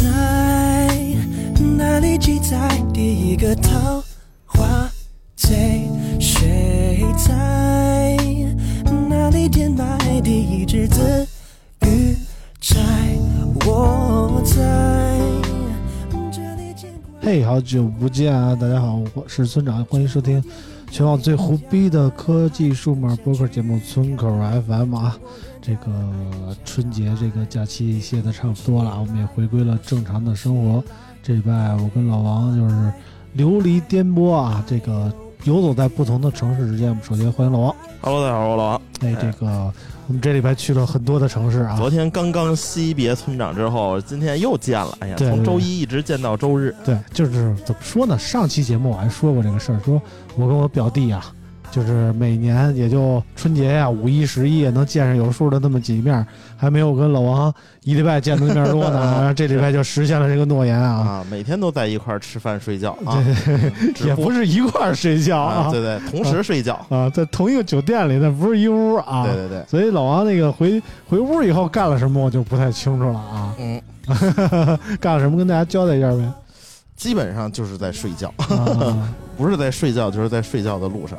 在哪里记载第一个桃花醉？谁在哪里填埋第一只紫玉钗？我在这里见过。嘿，好久不见啊！大家好，我是村长，欢迎收听全网最胡逼的科技数码播客节目《村口 FM》啊！这个春节这个假期歇的差不多了，我们也回归了正常的生活。这礼拜我跟老王就是流离颠簸啊，这个游走在不同的城市之间。我们首先欢迎老王， Hello，大家好，我老王。哎，这个我们这礼拜去了很多的城市啊昨，天刚刚惜别村长之后，今天又见了。哎呀，对从周一一直见到周日。对，就是怎么说呢？上期节目我还说过这个事儿，说我跟我表弟啊，就是每年也就春节呀、五一、十一也能见上有数的那么几面，还没有跟老王一礼拜见的那面多呢。 然后这礼拜就实现了这个诺言啊，啊，每天都在一块儿吃饭 睡觉啊，直也播不是一块儿睡觉啊，啊对对，同时睡觉，啊，在同一个酒店里，但不是一屋啊。对对对，所以老王那个回回屋以后干了什么，我就不太清楚了啊。 嗯，干了什么跟大家交代一下呗。基本上就是在睡觉， 啊不是在睡觉就是在睡觉的路 上。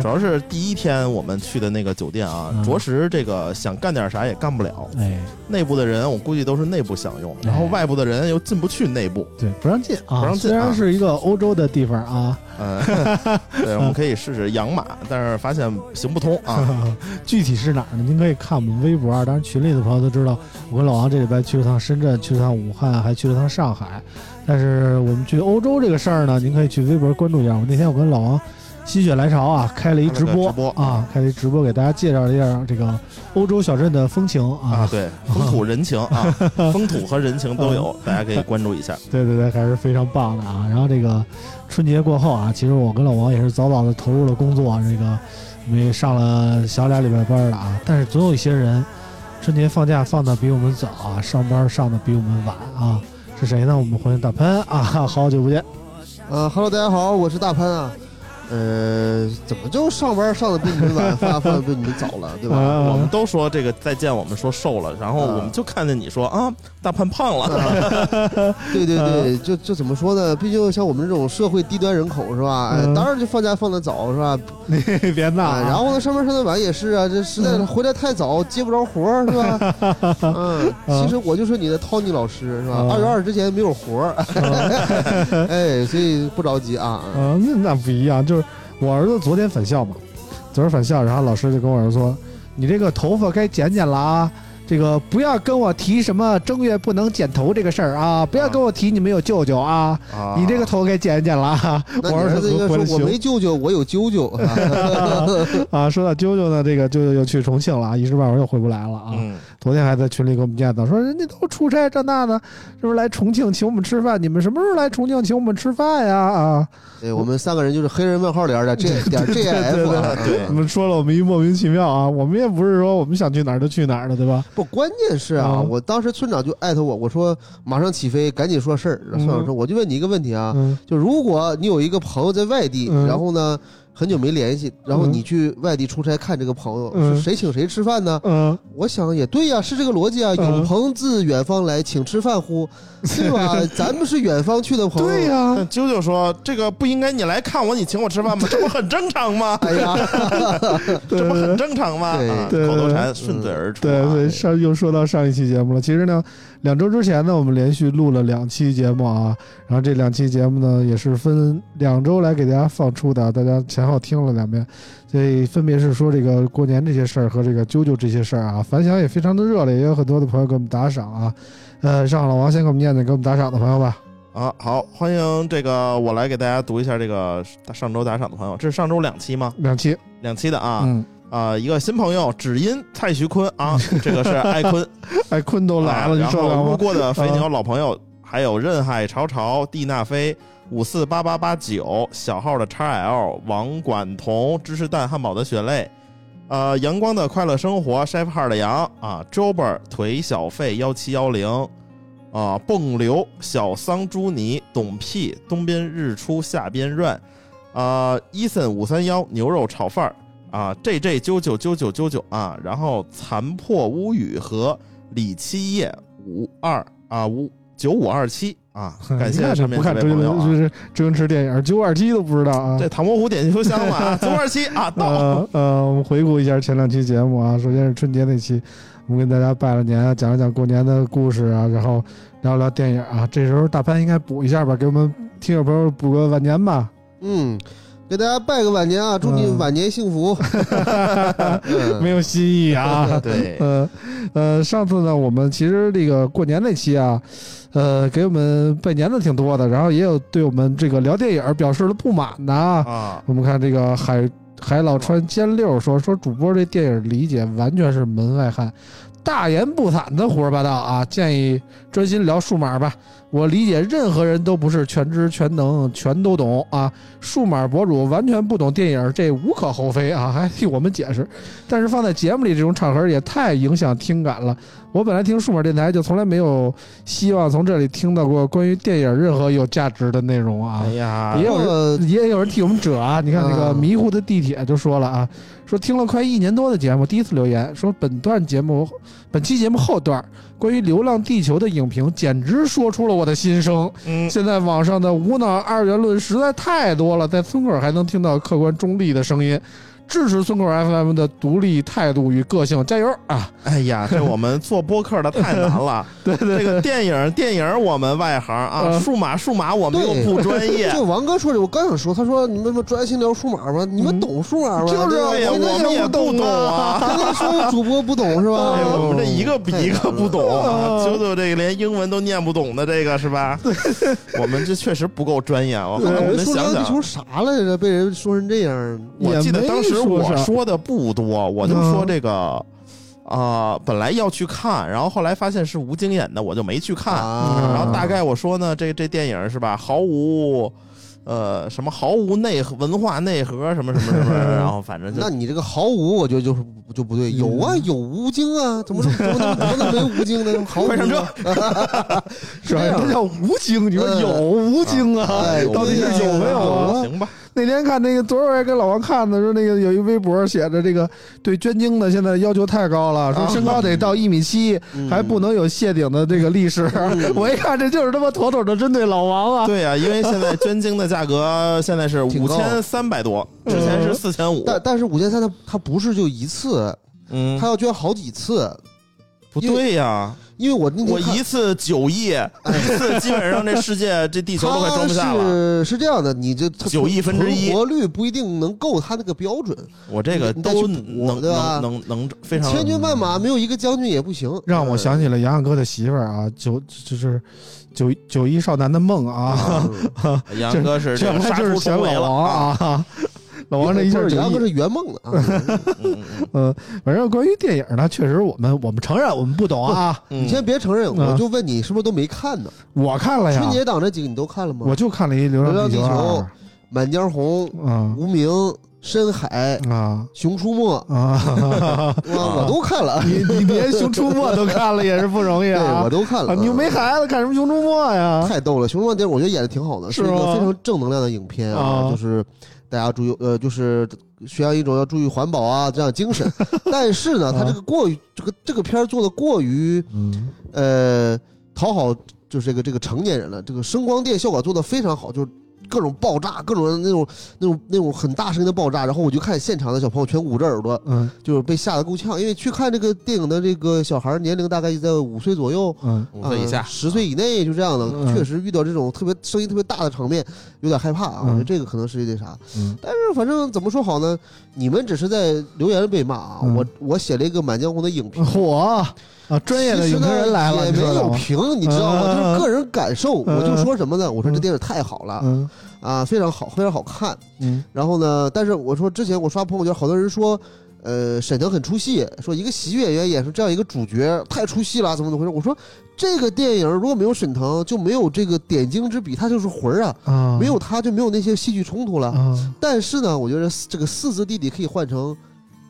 主要是第一天我们去的那个酒店啊，嗯着实这个想干点啥也干不了，哎，内部的人我估计都是内部享用，然后哎外部的人又进不去内部。对，不让进啊。不让进虽然啊是一个欧洲的地方啊，嗯， 对，我们可以试试养马，但是发现行不通啊。 具体是哪儿呢？您可以看我们微博啊，当然群里的朋友都知道，我跟老王这礼拜去了趟深圳，去了趟武汉，还去了趟上海。但是我们去欧洲这个事儿呢，您可以去微博关注一下。我那天我跟老王心血来潮啊，开了一直播开了个直播啊，开了一直播给大家介绍了一下这个欧洲小镇的风情啊，啊。对，风土人情啊，风土和人情都有，大家可以关注一下。对对对，还是非常棒的啊。然后这个春节过后啊，其实我跟老王也是早早的投入了工作，这个我们也上了小俩礼拜班了啊。但是总有一些人春节放假放的比我们早啊，上班上的比我们晚啊。是谁呢？我们欢迎大潘啊，好久不见。呃哈喽，大家好，我是大潘啊。呃，怎么就上班上的比你们晚，放假放的比你们早了，对吧？我们呃，都说这个再见，我们说瘦了，然后啊我们就看见你说啊，大胖胖了，啊对对对，就就怎么说呢？毕竟像我们这种社会低端人口是吧？哎嗯当然就放假放的早是吧？别闹哎啊。嗯然后呢，上班上的晚也是啊，这实在是回来太早接不着活儿是吧？ 嗯，其实我就是你的 Tony 老师是吧啊？二月二之前没有活儿，嗯 哎，所以不着急啊。啊，那那不一样，就是我儿子昨天返校嘛，昨儿返校，然后老师就跟我儿子说：“你这个头发该剪剪了啊，这个不要跟我提什么正月不能剪头这个事儿啊，不要跟我提你们有舅舅啊，啊你这个头该剪剪了啊。”那我你儿儿子应子该回来说，我没学舅舅，我有 舅舅。啊，说到舅舅呢，这个舅舅又去重庆了啊，一时半会儿又回不来了啊。嗯，昨天还在群里给我们念叨说，人家都出差这那的，是不是来重庆请我们吃饭？你们什么时候来重庆请我们吃饭呀？啊！对我们三个人就是黑人问号脸的这点 G F 啊，对你们说了，我们一莫名其妙啊，我们也不是说我们想去哪儿就去哪儿的，对吧？不，关键是啊，嗯我当时村长就艾特我，我说马上起飞，赶紧说事儿。然后村长说，我就问你一个问题啊，嗯就如果你有一个朋友在外地，嗯然后呢很久没联系，然后嗯你去外地出差看这个朋友，嗯是谁请谁吃饭呢？嗯，我想也对呀、是这个逻辑啊，嗯有朋自远方来，请吃饭乎，对吧？咱们是远方去的朋友，对呀、但啾啾说这个不应该你来看我，你请我吃饭吗？这不很正常吗？哎呀，对这不对很正常吗？对啊对口头禅顺嘴而出啊，对对，上又说到上一期节目了。其实呢，两周之前呢，我们连续录了两期节目啊，然后这两期节目呢也是分两周来给大家放出的，大家前后听了两遍，所以分别是说这个过年这些事儿和这个啾啾这些事儿啊，反响也非常的热烈，也有很多的朋友给我们打赏啊。呃，让老王先给我们念念给我们打赏的朋友吧。啊，好，欢迎这个我来给大家读一下这个上周打赏的朋友，这是上周两期吗？两期，两期的啊嗯，啊、一个新朋友只因蔡徐坤 啊，这个是艾坤哎，坤 都来了，啊你然受得后了路吗？过的肥牛老朋友，还有任海潮潮、蒂娜菲、五四八八八九、小号的 XL、王管彤、芝士蛋汉堡的血泪。呃，阳光的快乐生活，chef 号的羊啊，Jober 腿小费幺七幺零啊，蹦流小桑朱尼董屁东边日出下边润啊，伊森五三幺牛肉炒饭儿啊，J J 九九九九九九啊，然后残破屋宇和李七叶五二啊五九五二七 啊，感你谢嗯看上面不这看位周朋友星啊就。是周星驰电影，九二七都不知道啊。这唐伯虎点秋香嘛，啊九二七啊，到 呃呃，我们回顾一下前两期节目啊，首先是春节那期，我们跟大家拜了年啊，讲了讲过年的故事啊，然后聊聊电影啊。这时候大潘应该补一下吧，给我们听友朋友补个晚年 吧。嗯，给大家拜个晚年啊，祝你嗯晚年幸福。嗯没有新意啊。对， 呃呃，上次呢，我们其实这个过年那期啊，呃，给我们拜年的挺多的，然后也有对我们这个聊电影表示了不满的啊。啊，我们看这个海海老川尖六说说主播对电影理解完全是门外汉，大言不惭的胡说八道啊！建议专心聊数码吧。我理解任何人都不是全知全能全都懂啊，数码博主完全不懂电影，这无可厚非啊，还替我们解释。但是放在节目里这种场合也太影响听感了。我本来听数码电台就从来没有希望从这里听到过关于电影任何有价值的内容啊。哎呀也，有人也有人替我们折啊！你看那个嗯迷糊的地铁就说了啊，说听了快一年多的节目，第一次留言说本段节目本期节目后段关于《流浪地球》的影评，简直说出了我的心声。嗯，现在网上的无脑二元论实在太多了，在村口还能听到客观中立的声音。支持村口 FM 的独立态度与个性，加油啊！哎呀，这我们做播客的太难 了。对对这个电影电影我们外行啊，嗯数码数码我们又不 专业，就王哥说的，我刚想说，他说你们专心聊数码吗？你嗯们懂数码吗？就是对吧哎呀，我那我们也天不懂 啊。刚才说主播不懂是吧？哎呀，我们这一个比一个不懂啊！嗯九九这个连英文都念不懂的这个是吧？ 我们这确实不够专业啊！我太难了。们我们说想聊想地球，啥来着？被人说成这样，我记得当时也我没说啥说的不多，我就说嗯这个。啊、本来要去看，然后后来发现是吴京演的，我就没去看。啊然后大概我说呢，这这电影是吧，毫无，呃，什么毫无内核文化内核，什么什么什么，然后反正就那你这个毫无，我觉得就是就不嗯对。有啊，有吴京啊，怎么怎么怎么能没吴京呢？毫无快上车啊，是吧？这样这叫无精，你说嗯有无精啊？哎到底是有没有啊？行吧，那天看那个，昨儿还跟老王看的，说那个有一微博写着这个对捐精的现在要求太高了，说身高得到一米七，啊嗯还不能有谢顶的这个历史。 我一看这就是他妈妥妥的针对老王 啊！对呀、因为现在捐精的价格 现在是挺五高嗯千三百多，之前是四千五。但但是五千三他他不是就一次，嗯他，要捐好几次，不对呀、因为我哎那天我看一次九亿，一次基本上这世 界这地球都快装不下他了。是是这样的，你这它九亿分之一存活率不一定能够他那个标准，我这个你再去都补能对吧能能能非常千军万马没有一个将军也不行。让我 想起了洋洋哥的媳妇儿啊，九就是九九一少男的梦 啊，杨哥是这这个来杀就是出选重围老了王！啊， 老王这一下不就是杨哥一。是圆梦了 啊！嗯嗯呃，反正关于电影呢，确实我们我们承认我们不懂啊，嗯你先别承认，嗯我就问你是不是都没看呢？我看了呀，春节档这几个你都看了吗？我就看了一《流浪球流二浪》满江红》《嗯无名》《深海》《啊熊出没啊！》，哎我我都看了，你你连《熊出没》都看了，也是不容易对，啊我！都看啊，了。你又没孩子，看什么《熊出没》呀？太逗了，《熊出没》电影我觉得演的挺好的，是一吗个非常正能量的影片啊，啊就是大家注意，呃，就是宣扬一种要注意环保啊这样的精神。 但是呢，他这个啊过于这个这个片儿做的过于嗯呃讨好，就是这个这个成年人了。这个声光电效果做的非常好，就是各种爆炸，各种那种那种那种很大声音的爆炸，然后我就看现场的小朋友全捂着耳朵，嗯就是被吓得够呛。因为去看这个电影的这个小孩儿年龄大概在五岁左右，嗯五岁以下，十、10岁以内就这样的，嗯确实遇到这种特别声音特别大的场面，有点害怕啊。嗯我觉得这个可能是那啥，嗯但是反正怎么说好呢？你们只是在留言被骂啊，嗯我我写了一个《满江红》的影评。火啊！专业的其影实呢评人来了，你也没知道有吗？评，你知道吗？嗯就是个人感受，嗯我就说什么呢？我说嗯这电影太好了嗯啊，非常好，非常好看。嗯然后呢，但是我说之前我刷朋友圈，好多人说，呃，沈腾很出戏，说一个喜剧演员演出这样一个主角太出戏了，怎么怎么回事？我说这个电影如果没有沈腾，就没有这个点睛之笔，他就是魂儿啊，啊，没有他就没有那些戏剧冲突了。啊，但是呢，我觉得这个四字弟弟可以换成，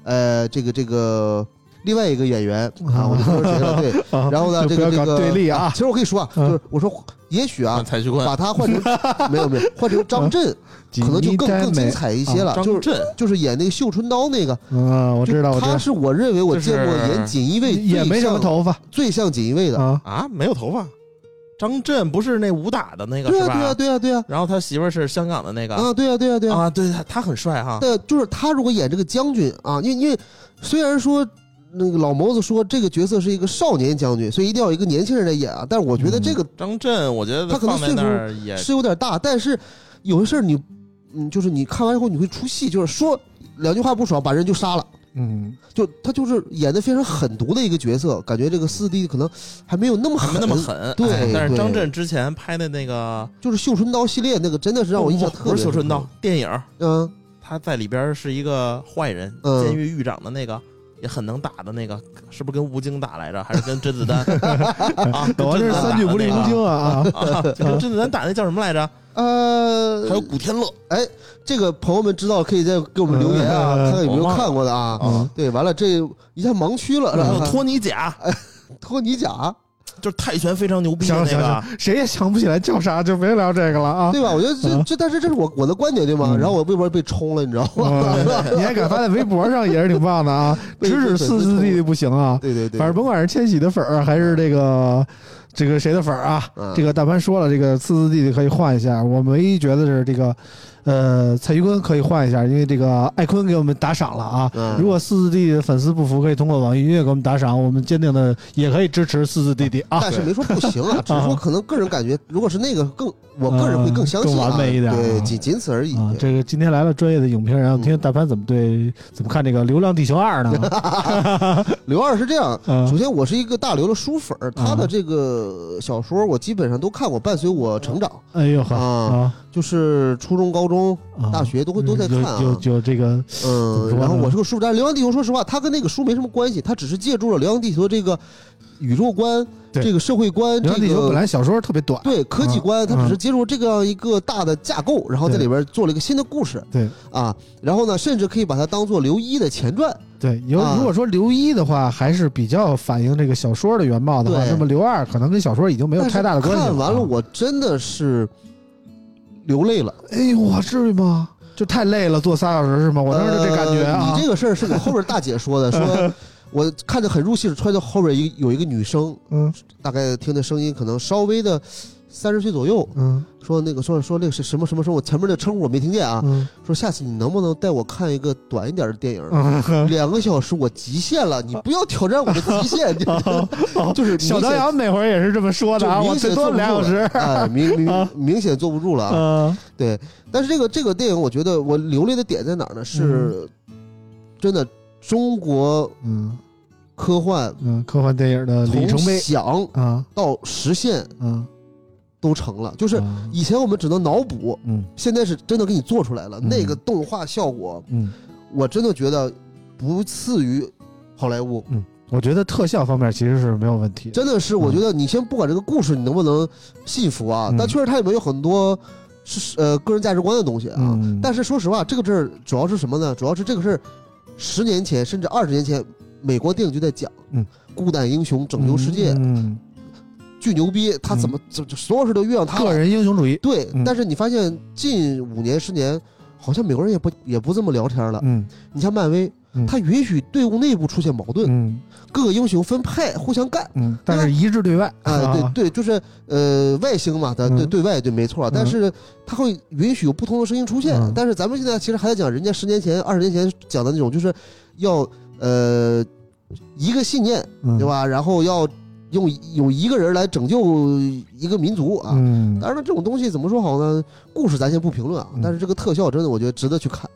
呃，这个这个另外一个演员啊，我就不说谁 了，对。啊然后呢，就这不要个这搞个对立啊其实我可以说啊，嗯就是我说，也许啊 看，蔡徐坤把他换成没有没有换成张震，可能就更更精彩一些了。就啊张是震，就是演那个绣春刀那个，啊！我知道，就我知他道，是我认为我见过就是演锦衣卫也没什么头发最像锦衣卫的。啊，啊，没有头发。张震不是那武打的那个对是啊吧？对啊对啊对啊然后他媳妇儿是香港的那个啊对啊对啊对啊！啊，对他他很帅哈。对，就是他如果演这个将军啊，因为因为虽然说那个老谋子说这个角色是一个少年将军，所以一定要有一个年轻人来演啊，但是我觉得这个张震，我觉得他可能放在那儿也嗯是有点大，但是有些事儿你，嗯，就是你看完以后你会出戏，就是说两句话不爽把人就杀了。嗯，就他就是演的非常狠毒的一个角色，感觉这个四弟可能还没有那么还狠，没那么，狠。对哎但是对张震之前拍的那个就是《绣春刀》系列那个真的是让我印象特不别是《绣春刀》深刻，电影，嗯，他在里边是一个坏人，嗯监狱狱长的那个。也很能打的那个，是不是跟吴京打来着？还是跟甄子 丹啊？跟嗯我这甄子是丹三句不离打不的听啊那个啊，就跟甄子丹打那叫什么来着？呃，还有古天乐，这个朋友们知道可以再给我们留言啊，嗯看看有我没有忘了看过的啊。啊对，完了这一下盲区嗯了，还然有后托尼贾，哎托尼贾，就是泰拳非常牛逼的想那想啊个。想，谁也想不起来叫啥，就别聊这个了啊。对吧？我觉得这这，但是这是我我的观点，对吗？嗯然后我微博被冲了，你知道吗？嗯你还敢发在微博上，也是挺棒的啊！被直指四字弟弟不行啊， 对对对，反正甭管是千玺的粉儿还是这个这个谁的粉儿啊，嗯这个大潘说了，这个四字弟弟可以换一下。我唯一觉得是这个，呃，蔡徐坤可以换一下，因为这个艾坤给我们打赏了啊。嗯如果四字弟弟的粉丝不服，可以通过网易音乐给我们打赏，我们坚定的也可以支持四字弟弟啊。但是没说不行啊，只是说可能个人感觉，如果是那个更，我个人会更相信啊，更完美一点啊对，仅仅此而已。啊，对这个今天来了专业的影评人，我听大潘怎么对怎么看这个《流浪地球二》呢？ 刘二是这样，嗯首先我是一个大刘的书粉儿，他的这个小说我基本上都看过，伴随我成长，哎呦呵啊啊！就是初中、高中、啊大学都会都在看啊有有有这个嗯，怎么说呢然后我是个书，但是《流浪地球》说实话，它跟那个书没什么关系，它只是借助了《流浪地球》这个宇宙观、对这个社会观、 《这流个浪地球》本来小说特别短，对科技观，它只是嗯借助这样一个大的架构，然后在对里边做了一个新的故事对啊。然后呢，甚至可以把它当做刘一的前传。对，有啊如果说刘一的话，还是比较反映这个小说的原貌的话，对那么刘二可能跟小说已经没有但是太大的关系看完了，啊，我真的是流泪了。哎呦，我至于吗？就太累了，坐仨小时是吗？我当时就这感觉啊呃你，这个事儿是我后边大姐 说的，说我看着很入戏，穿着后边一有一个女生，嗯大概听的声音可能稍微的三十岁左右，嗯说那个说说那个是什么什么什么，我前面的称呼我没听见啊，嗯说下次你能不能带我看一个短一点的电影？嗯，两个小时我极限了，你不要挑战我的极 限，就就是哦小当阳每会儿也是这么说的啊，我就啊明显最多坐不住俩小时了，哎，明明啊明显坐不住了啊。嗯对，但是这个这个电影，我觉得我流泪的点在哪儿呢？是真的中国嗯科幻嗯，科幻电影的里从程碑想啊到实现嗯，都成了，就是啊以前我们只能脑补，嗯现在是真的给你做出来了。嗯那个动画效果，嗯，我真的觉得不次于好莱坞。我觉得特效方面其实是没有问题的，真的是，我觉得你先不管这个故事你能不能信服啊，嗯但确实它里面有很多是呃个人价值观的东西啊。嗯但是说实话，这个事儿主要是什么呢？主要是这个事儿，十年前甚至二十年前，美国电影就在讲，嗯，孤胆英雄拯救世界，嗯，巨牛逼，他怎么怎、就所有事都怨上他了个人英雄主义，对，嗯但是你发现近五年十年，好像美国人也不也不这么聊天了。嗯你像漫威，嗯它允许队伍内部出现矛盾，嗯各个英雄分派互相干。嗯，但是一致对外啊，对对，就是呃外星嘛，咱对嗯对外对没错，但是它会允许有不同的声音出现嗯。但是咱们现在其实还在讲人家十年前、二十年前讲的那种，就是要呃一个信念，嗯对？吧？然后要用有一个人来拯救一个民族啊。嗯，当然了，这种东西怎么说好呢？故事咱先不评论啊嗯，但是这个特效真的我觉得值得去看。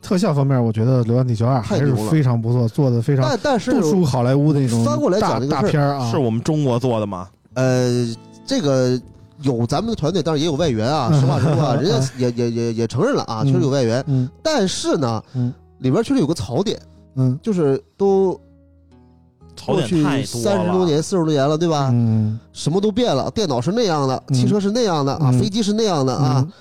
特效方面，我觉得《流浪地球二》还太是牛了非常不错，做的非常但但是不输好莱坞那种翻过来大讲这个大事儿片儿啊，是我们中国做的吗？呃，这个有咱们的团队，当然也有外援啊。实话实 说啊，人家也也也也承认了啊，嗯确实有外援。嗯但是呢，嗯里边确实有个槽点，嗯就是都槽过点去太多了，三十多年、四十多年了，对吧？嗯什么都变了，电脑是那样的，嗯汽车是那样的啊，嗯飞机是那样的啊，嗯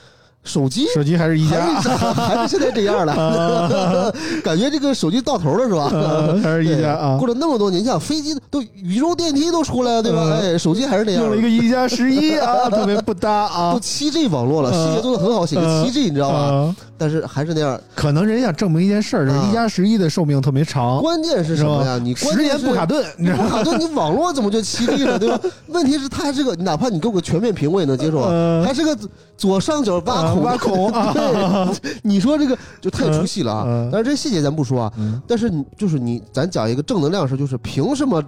手机手机还是一还家， 是还是现在这 样啊的， 感觉这个手机到头了是吧？ 呃还是一家啊过，了那么多年，你想飞机都宇宙电梯都出来了，对吧？嗯哎，手机还是那样的。用了一个一加十一啊， 特别不搭都 啊。七 G 网络了，呃细节做的很好，写个七 G，你知道吧？啊，但是还是那样。可能人家想证明一件事儿，就是啊一加十一的寿命特别长，关键是什么呀？你关啊十键年是不卡顿，你 知道不吗？卡顿，你网络怎么就七 G 了，对吧？问题是它这个，哪怕你给我个全面屏，我也能接受啊。呃还是个左上角挖啊孔，挖孔啊对， 你说这个就太出戏了啊嗯！但是这细节咱不说啊，嗯但是你就是你，咱讲一个正能量的事，就是凭什么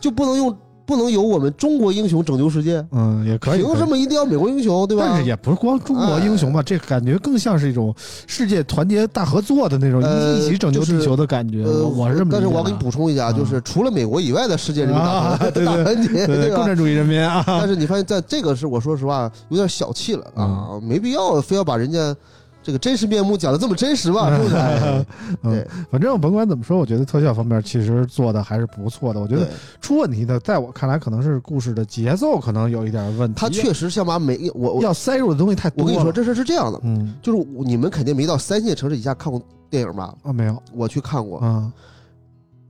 就不能用不能由我们中国英雄拯救世界？嗯，也可以。凭可以什么一定要美国英雄，对吧？哎但是也不是光中国英雄吧，这感觉更像是一种世界团结大合作的那种呃一一起拯救地球的感觉。呃，我我是这么理解的啊，但是我要给你补充一下，啊就是除了美国以外的世界人民大啊 团对对大团结，对对共吧？产主义人民啊，但是你发现，在这个是我说实话有点小气了啊，嗯没必要非要把人家这个真实面目讲的这么真实吧，是不是？ 哎嗯对，反正甭管怎么说，我觉得特效方面其实做的还是不错的。我觉得对出问题的，在我看来可能是故事的节奏可能有一点问题，他确实想把每一我我要塞入的东西太多我了。跟你说，，这事儿是这样的，嗯，就是我你们肯定没到三线城市以下看过电影吧？啊没有我去看过，啊，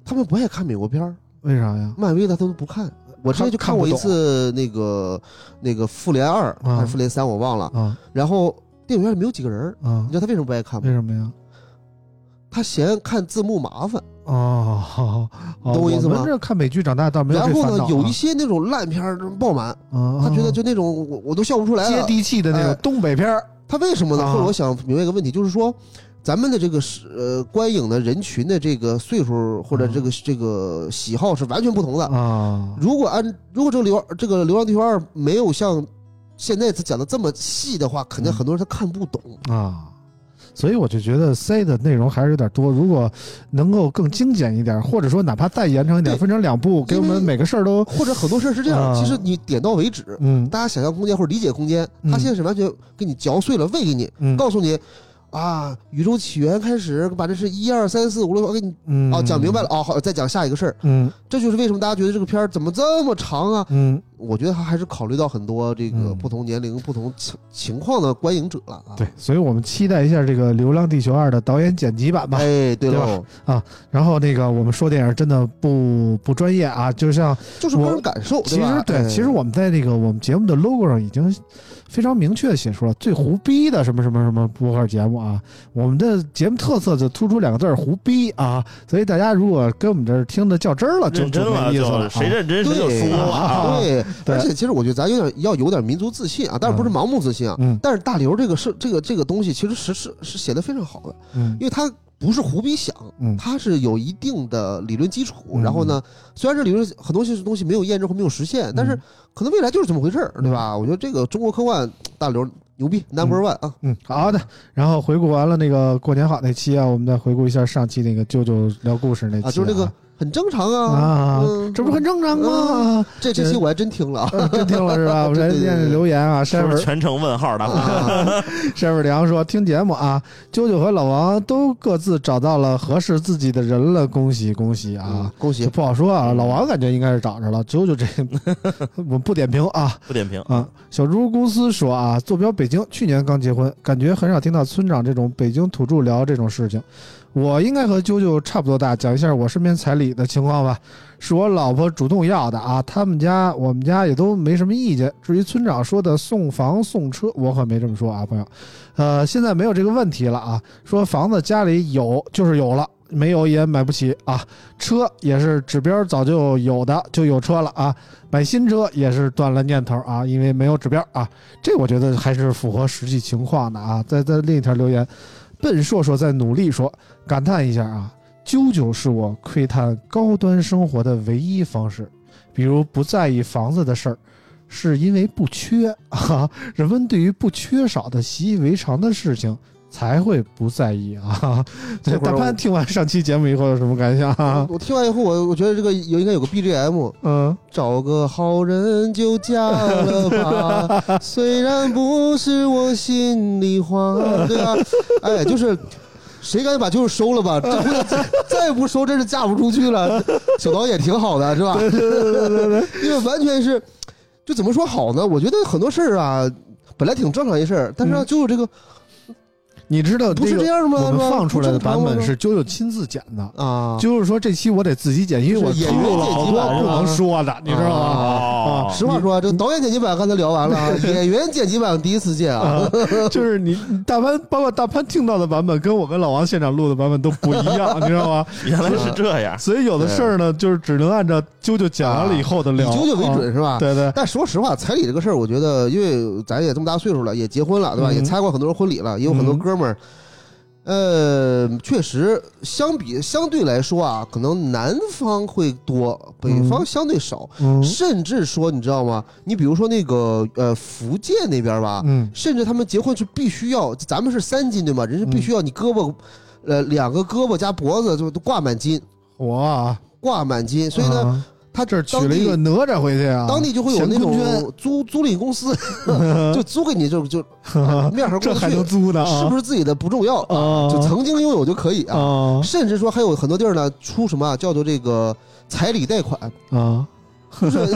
他们不爱看美国片儿，为啥呀？漫威的他们不看。我之前就看看看不过一懂次那个那个复联二啊还是复联三我忘了，啊然后电影院里没有几个人儿，啊你知，道他为什么不爱看吗为？什么呀？他嫌看字幕麻烦，哦， 好好懂我意思吗们这看美剧长大倒没有然这后烦恼呢啊，有一些那种烂片儿爆满，啊，他觉得啊就那种我我都笑不出来接了。地气的那种哎东北片儿，他为什么呢？啊或者我想明白一个问题，就是说，咱们的这个是呃观影的人群的这个岁数或者嗯这个这个喜好是完全不同的。啊，如果按如果这个流这个《流浪地球二》没有像现在讲的这么细的话，肯定嗯很多人他看不懂。啊。所以我就觉得 C 的内容还是有点多，如果能够更精简一点，或者说哪怕再延长一点，对分成两部，给我因为们每个事儿都或者很多事儿是这样，啊其实你点到为止，嗯大家想象空间或者理解空间，嗯他现在是完全给你嚼碎了喂给你，嗯告诉你啊，宇宙起源开始，把这是一二三四五六，我给你嗯哦讲明白了，哦，好，再讲下一个事儿。嗯这就是为什么大家觉得这个片儿怎么这么长啊？嗯，我觉得他还是考虑到很多这个嗯不同年龄、不同情情况的观影者了啊。对，，所以我们期待一下这个《流浪地球二》的导演剪辑版吧。哎，对对喽，然后那个我们说电影真的不不专业啊，就像就是个我人感受，其实吧？哎其实我们在那个我们节目的 logo 上已经非常明确的写出了最胡逼的什么什么什么播客节目啊。我们的节目特色就突出两个字儿胡逼啊，所以大家如果跟我们这儿听的较真儿了，就认真就了没意思就了啊。谁认真谁就输对了啊！对，对而且其实我觉得咱有点要有点民族自信啊，但是不是盲目自信啊。嗯但是大刘这个是这个这个东西，其实是是是写的非常好的，嗯因为他不是胡逼想，嗯他是有一定的理论基础。嗯然后呢，虽然这理论很多些东西没有验证或没有实嗯现，但是可能未来就是这么回事儿，对吧？我觉得这个中国科幻大刘牛逼，Number One 啊！嗯，好的。然后回顾完了那个过年好那期啊，我们再回顾一下上期那个舅舅聊故事那期、啊，就是那个很正常啊，啊嗯这不是很正常吗？这这期我还真听 了啊。啊 真听了是吧？我对来对对念念留言啊，是山不文是全程问号的？啊山味良说：“听节目啊，啾啾和老王都各自找到了合适自己的人了，恭喜恭喜啊嗯！恭也喜！不好说啊，老王感觉应该是找着了，啾啾这 我不点评啊。不点评啊，小猪公司说啊，坐标北京，去年刚结婚，感觉很少听到村长这种北京土著聊这种事情。我应该和啾啾差不多大，讲一下我身边彩礼的情况吧，是我老婆主动要的啊，他们家我们家也都没什么意见。至于村长说的送房送车，我可没这么说啊，朋友。呃，现在没有这个问题了啊，说房子家里有就是有了。没有也买不起啊。车也是指标早就有的，就有车了啊。买新车也是断了念头啊，因为没有指标啊。这我觉得还是符合实际情况的啊。在在另一条留言，笨硕硕在努力说，感叹一下啊，啾啾是我窥探高端生活的唯一方式，比如不在意房子的事儿。是因为不缺啊， 人们对于不缺少的习以为常的事情才会不在意啊。对，这会儿大潘我听完上期节目以后有什么感想啊？我听完以后，我我觉得这个有应该有个 BGM，嗯，找个好人就嫁了 吧，虽然不是我心里话，对吧？哎，就是谁敢把就是收 了吧，这姑娘再再不收，真是嫁不出去了。小导演挺好的，是吧？ 因为完全是，就怎么说好呢？我觉得很多事儿啊，本来挺正常一事儿，但是啊，嗯就是这个你知道不这是这个样吗？我是吧们放出来的版不本正常吗是啾啾亲自剪的。啊，就是说这期我得自己剪，因为我就是演透员露了好多剪辑版是不吧能说的，你知道吗？哦，实话说啊啊，这个导演剪辑版刚才聊完了啊，演员剪辑版第一次见啊。 就是你你大潘，包括大潘听到的版本跟我跟老王现场录的版本都不一样，你知道吗？ 原来是这样。所以有的事儿呢，就是只能按照啾啾讲完了以后的以聊，啾啾为啊。准是吧？对对，但说实话，彩礼这个事儿，我觉得，因为咱也这么大岁数了，也结婚了，对吧？嗯也参加过很多人婚礼了，也有很多嗯哥们儿。呃，确实，相比相对来说啊，可能南方会多，北方相对少，嗯甚至说，你知道吗？你比如说那个呃，福建那边吧，嗯甚至他们结婚是必须要，咱们是三金对吗？人是必须要你胳膊，呃，两个胳膊加脖子就都挂满金，我啊，挂满金，所以呢，啊他这儿娶当了地一个哪吒回去啊，当地就会有乾那坤圈种租租赁 公司，就租给你就就面儿上啊这过得还去能，租呢啊？是不是自己的不重要，啊？就曾经拥有就可以啊。啊甚至说还有很多地儿呢，出什么啊叫做这个彩礼贷款， 啊！就是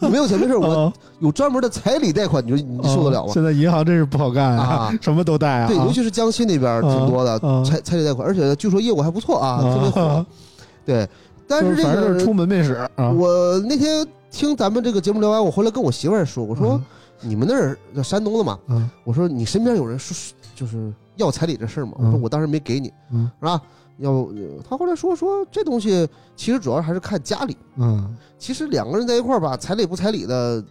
你没有钱没事，我啊有专门的彩礼贷款，你说你受得了啊吗？现在银行真是不好干啊啊， 什么都贷啊。对，尤其是江西那边儿挺多的啊啊彩彩礼贷款，而且呢据说业务还不错啊，特 别火。对，但就是这反正就是个出门面使啊。我那天听咱们这个节目聊完，我回来跟我媳妇儿说，我我说你们那儿山东的嘛，嗯我说你身边有人说就是要彩礼这事儿吗？我说嗯我当时没给你，嗯是吧？要不呃他后来说说这东西其实主要还是看家里，嗯其实两个人在一块儿吧，彩礼不彩礼的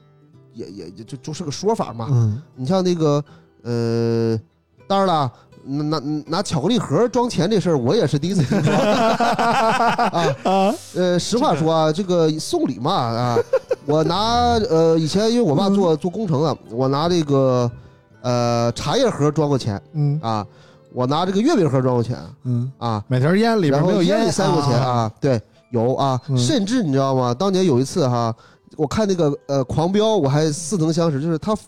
也也也就就是个说法嘛。嗯你像那个呃，当然了。拿拿拿巧克力盒装钱这事儿，我也是第一次听说 啊。啊呃，实话说啊，这个送礼嘛啊，我拿呃以前因为我爸做做工程的，我拿这个呃茶叶盒装过钱，嗯啊，我拿这个月饼盒装过钱嗯，啊，买条烟里边然没后有烟烟里塞过钱啊，对，有啊，嗯甚至你知道吗？当年有一次哈，我看那个呃《狂飙》，我还似曾相识，就是他《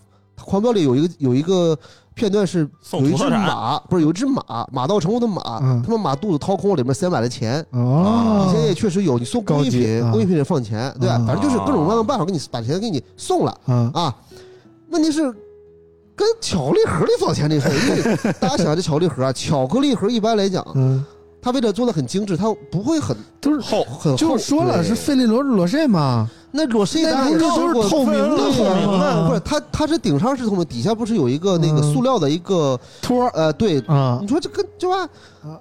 狂飙》里有一个有一个片段是送有一土只特产马，不是有一只马，马到成功的马，嗯他们马肚子掏空，里面塞满了钱。哦以，啊前也确实有，你送工高艺级品，啊工艺品里放钱，对吧啊？反正就是各种各样的办法给你把钱给你送了。啊啊，问题是跟巧克力盒里放钱这事儿，因为大家想这巧克力盒啊，巧克力盒一般来讲，嗯，它为了做的很精致，它不会很都是后很厚就是说了对是费列罗裸睡嘛，那裸睡那当然不也是都是透明的对呀透明的不是它，它是顶上是透明，底下不是有一个那个嗯塑料的一个托呃，对，啊你，说这跟对吧？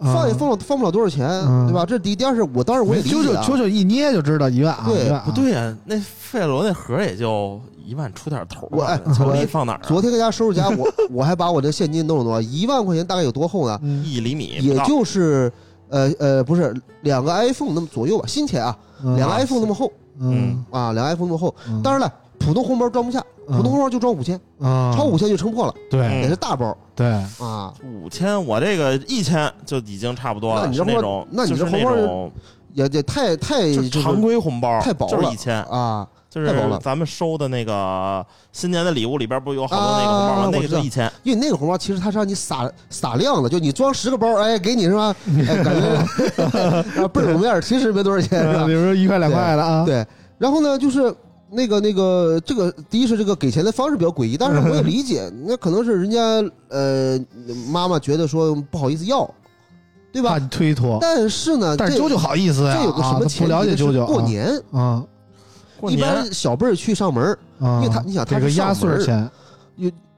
放也放不了放不了多少钱，嗯对吧？这是第一，第二是我当然我也理啾解啾啊啾啾一捏就知道一万啊，对一万啊不，对呀，那费罗那盒也就一万出点头我吧哎，巧克力我放哪儿啊？昨天搁家收拾家，我我还把我这现金弄了弄啊，一万块钱大概有多厚呢？嗯一厘米不也到，就是呃呃，不是两个 iPhone 那么左右吧，新钱啊，嗯两个 iPhone 那么厚嗯，啊，两个 iPhone 那么厚。嗯当然了，普通红包装不下，普通红包就装五千，啊，超五千就撑破了，对嗯也是大包 对，啊，五千，我这个一千就已经差不多了，那你是这那红包种，那你就是这红那包种也也太太就是就是常规红包，太薄就是了一千，啊，就是太薄了咱们收的那个新年的礼物里边不是有好多那个红包啊吗？那个我知就道一千，因为那个红包其实它是让你撒撒量的，就你装十个包，哎，给你是吧？哎，感 觉啊倍儿有面儿，其实没多少钱是吧比？如说一块两块的啊，对，然后呢，就是那个那个这个，第一是这个给钱的方式比较诡异，但是我也理解，嗯 那可能是人家呃妈妈觉得说不好意思要，对怕吧？你推脱，但是呢，但是这啾啾好意思呀，呃这有个什啊么他前不提了解呢是啾啾啊过年，啊过一年般小辈儿去上门儿，啊，因为他你想他给个是压上岁门儿儿钱，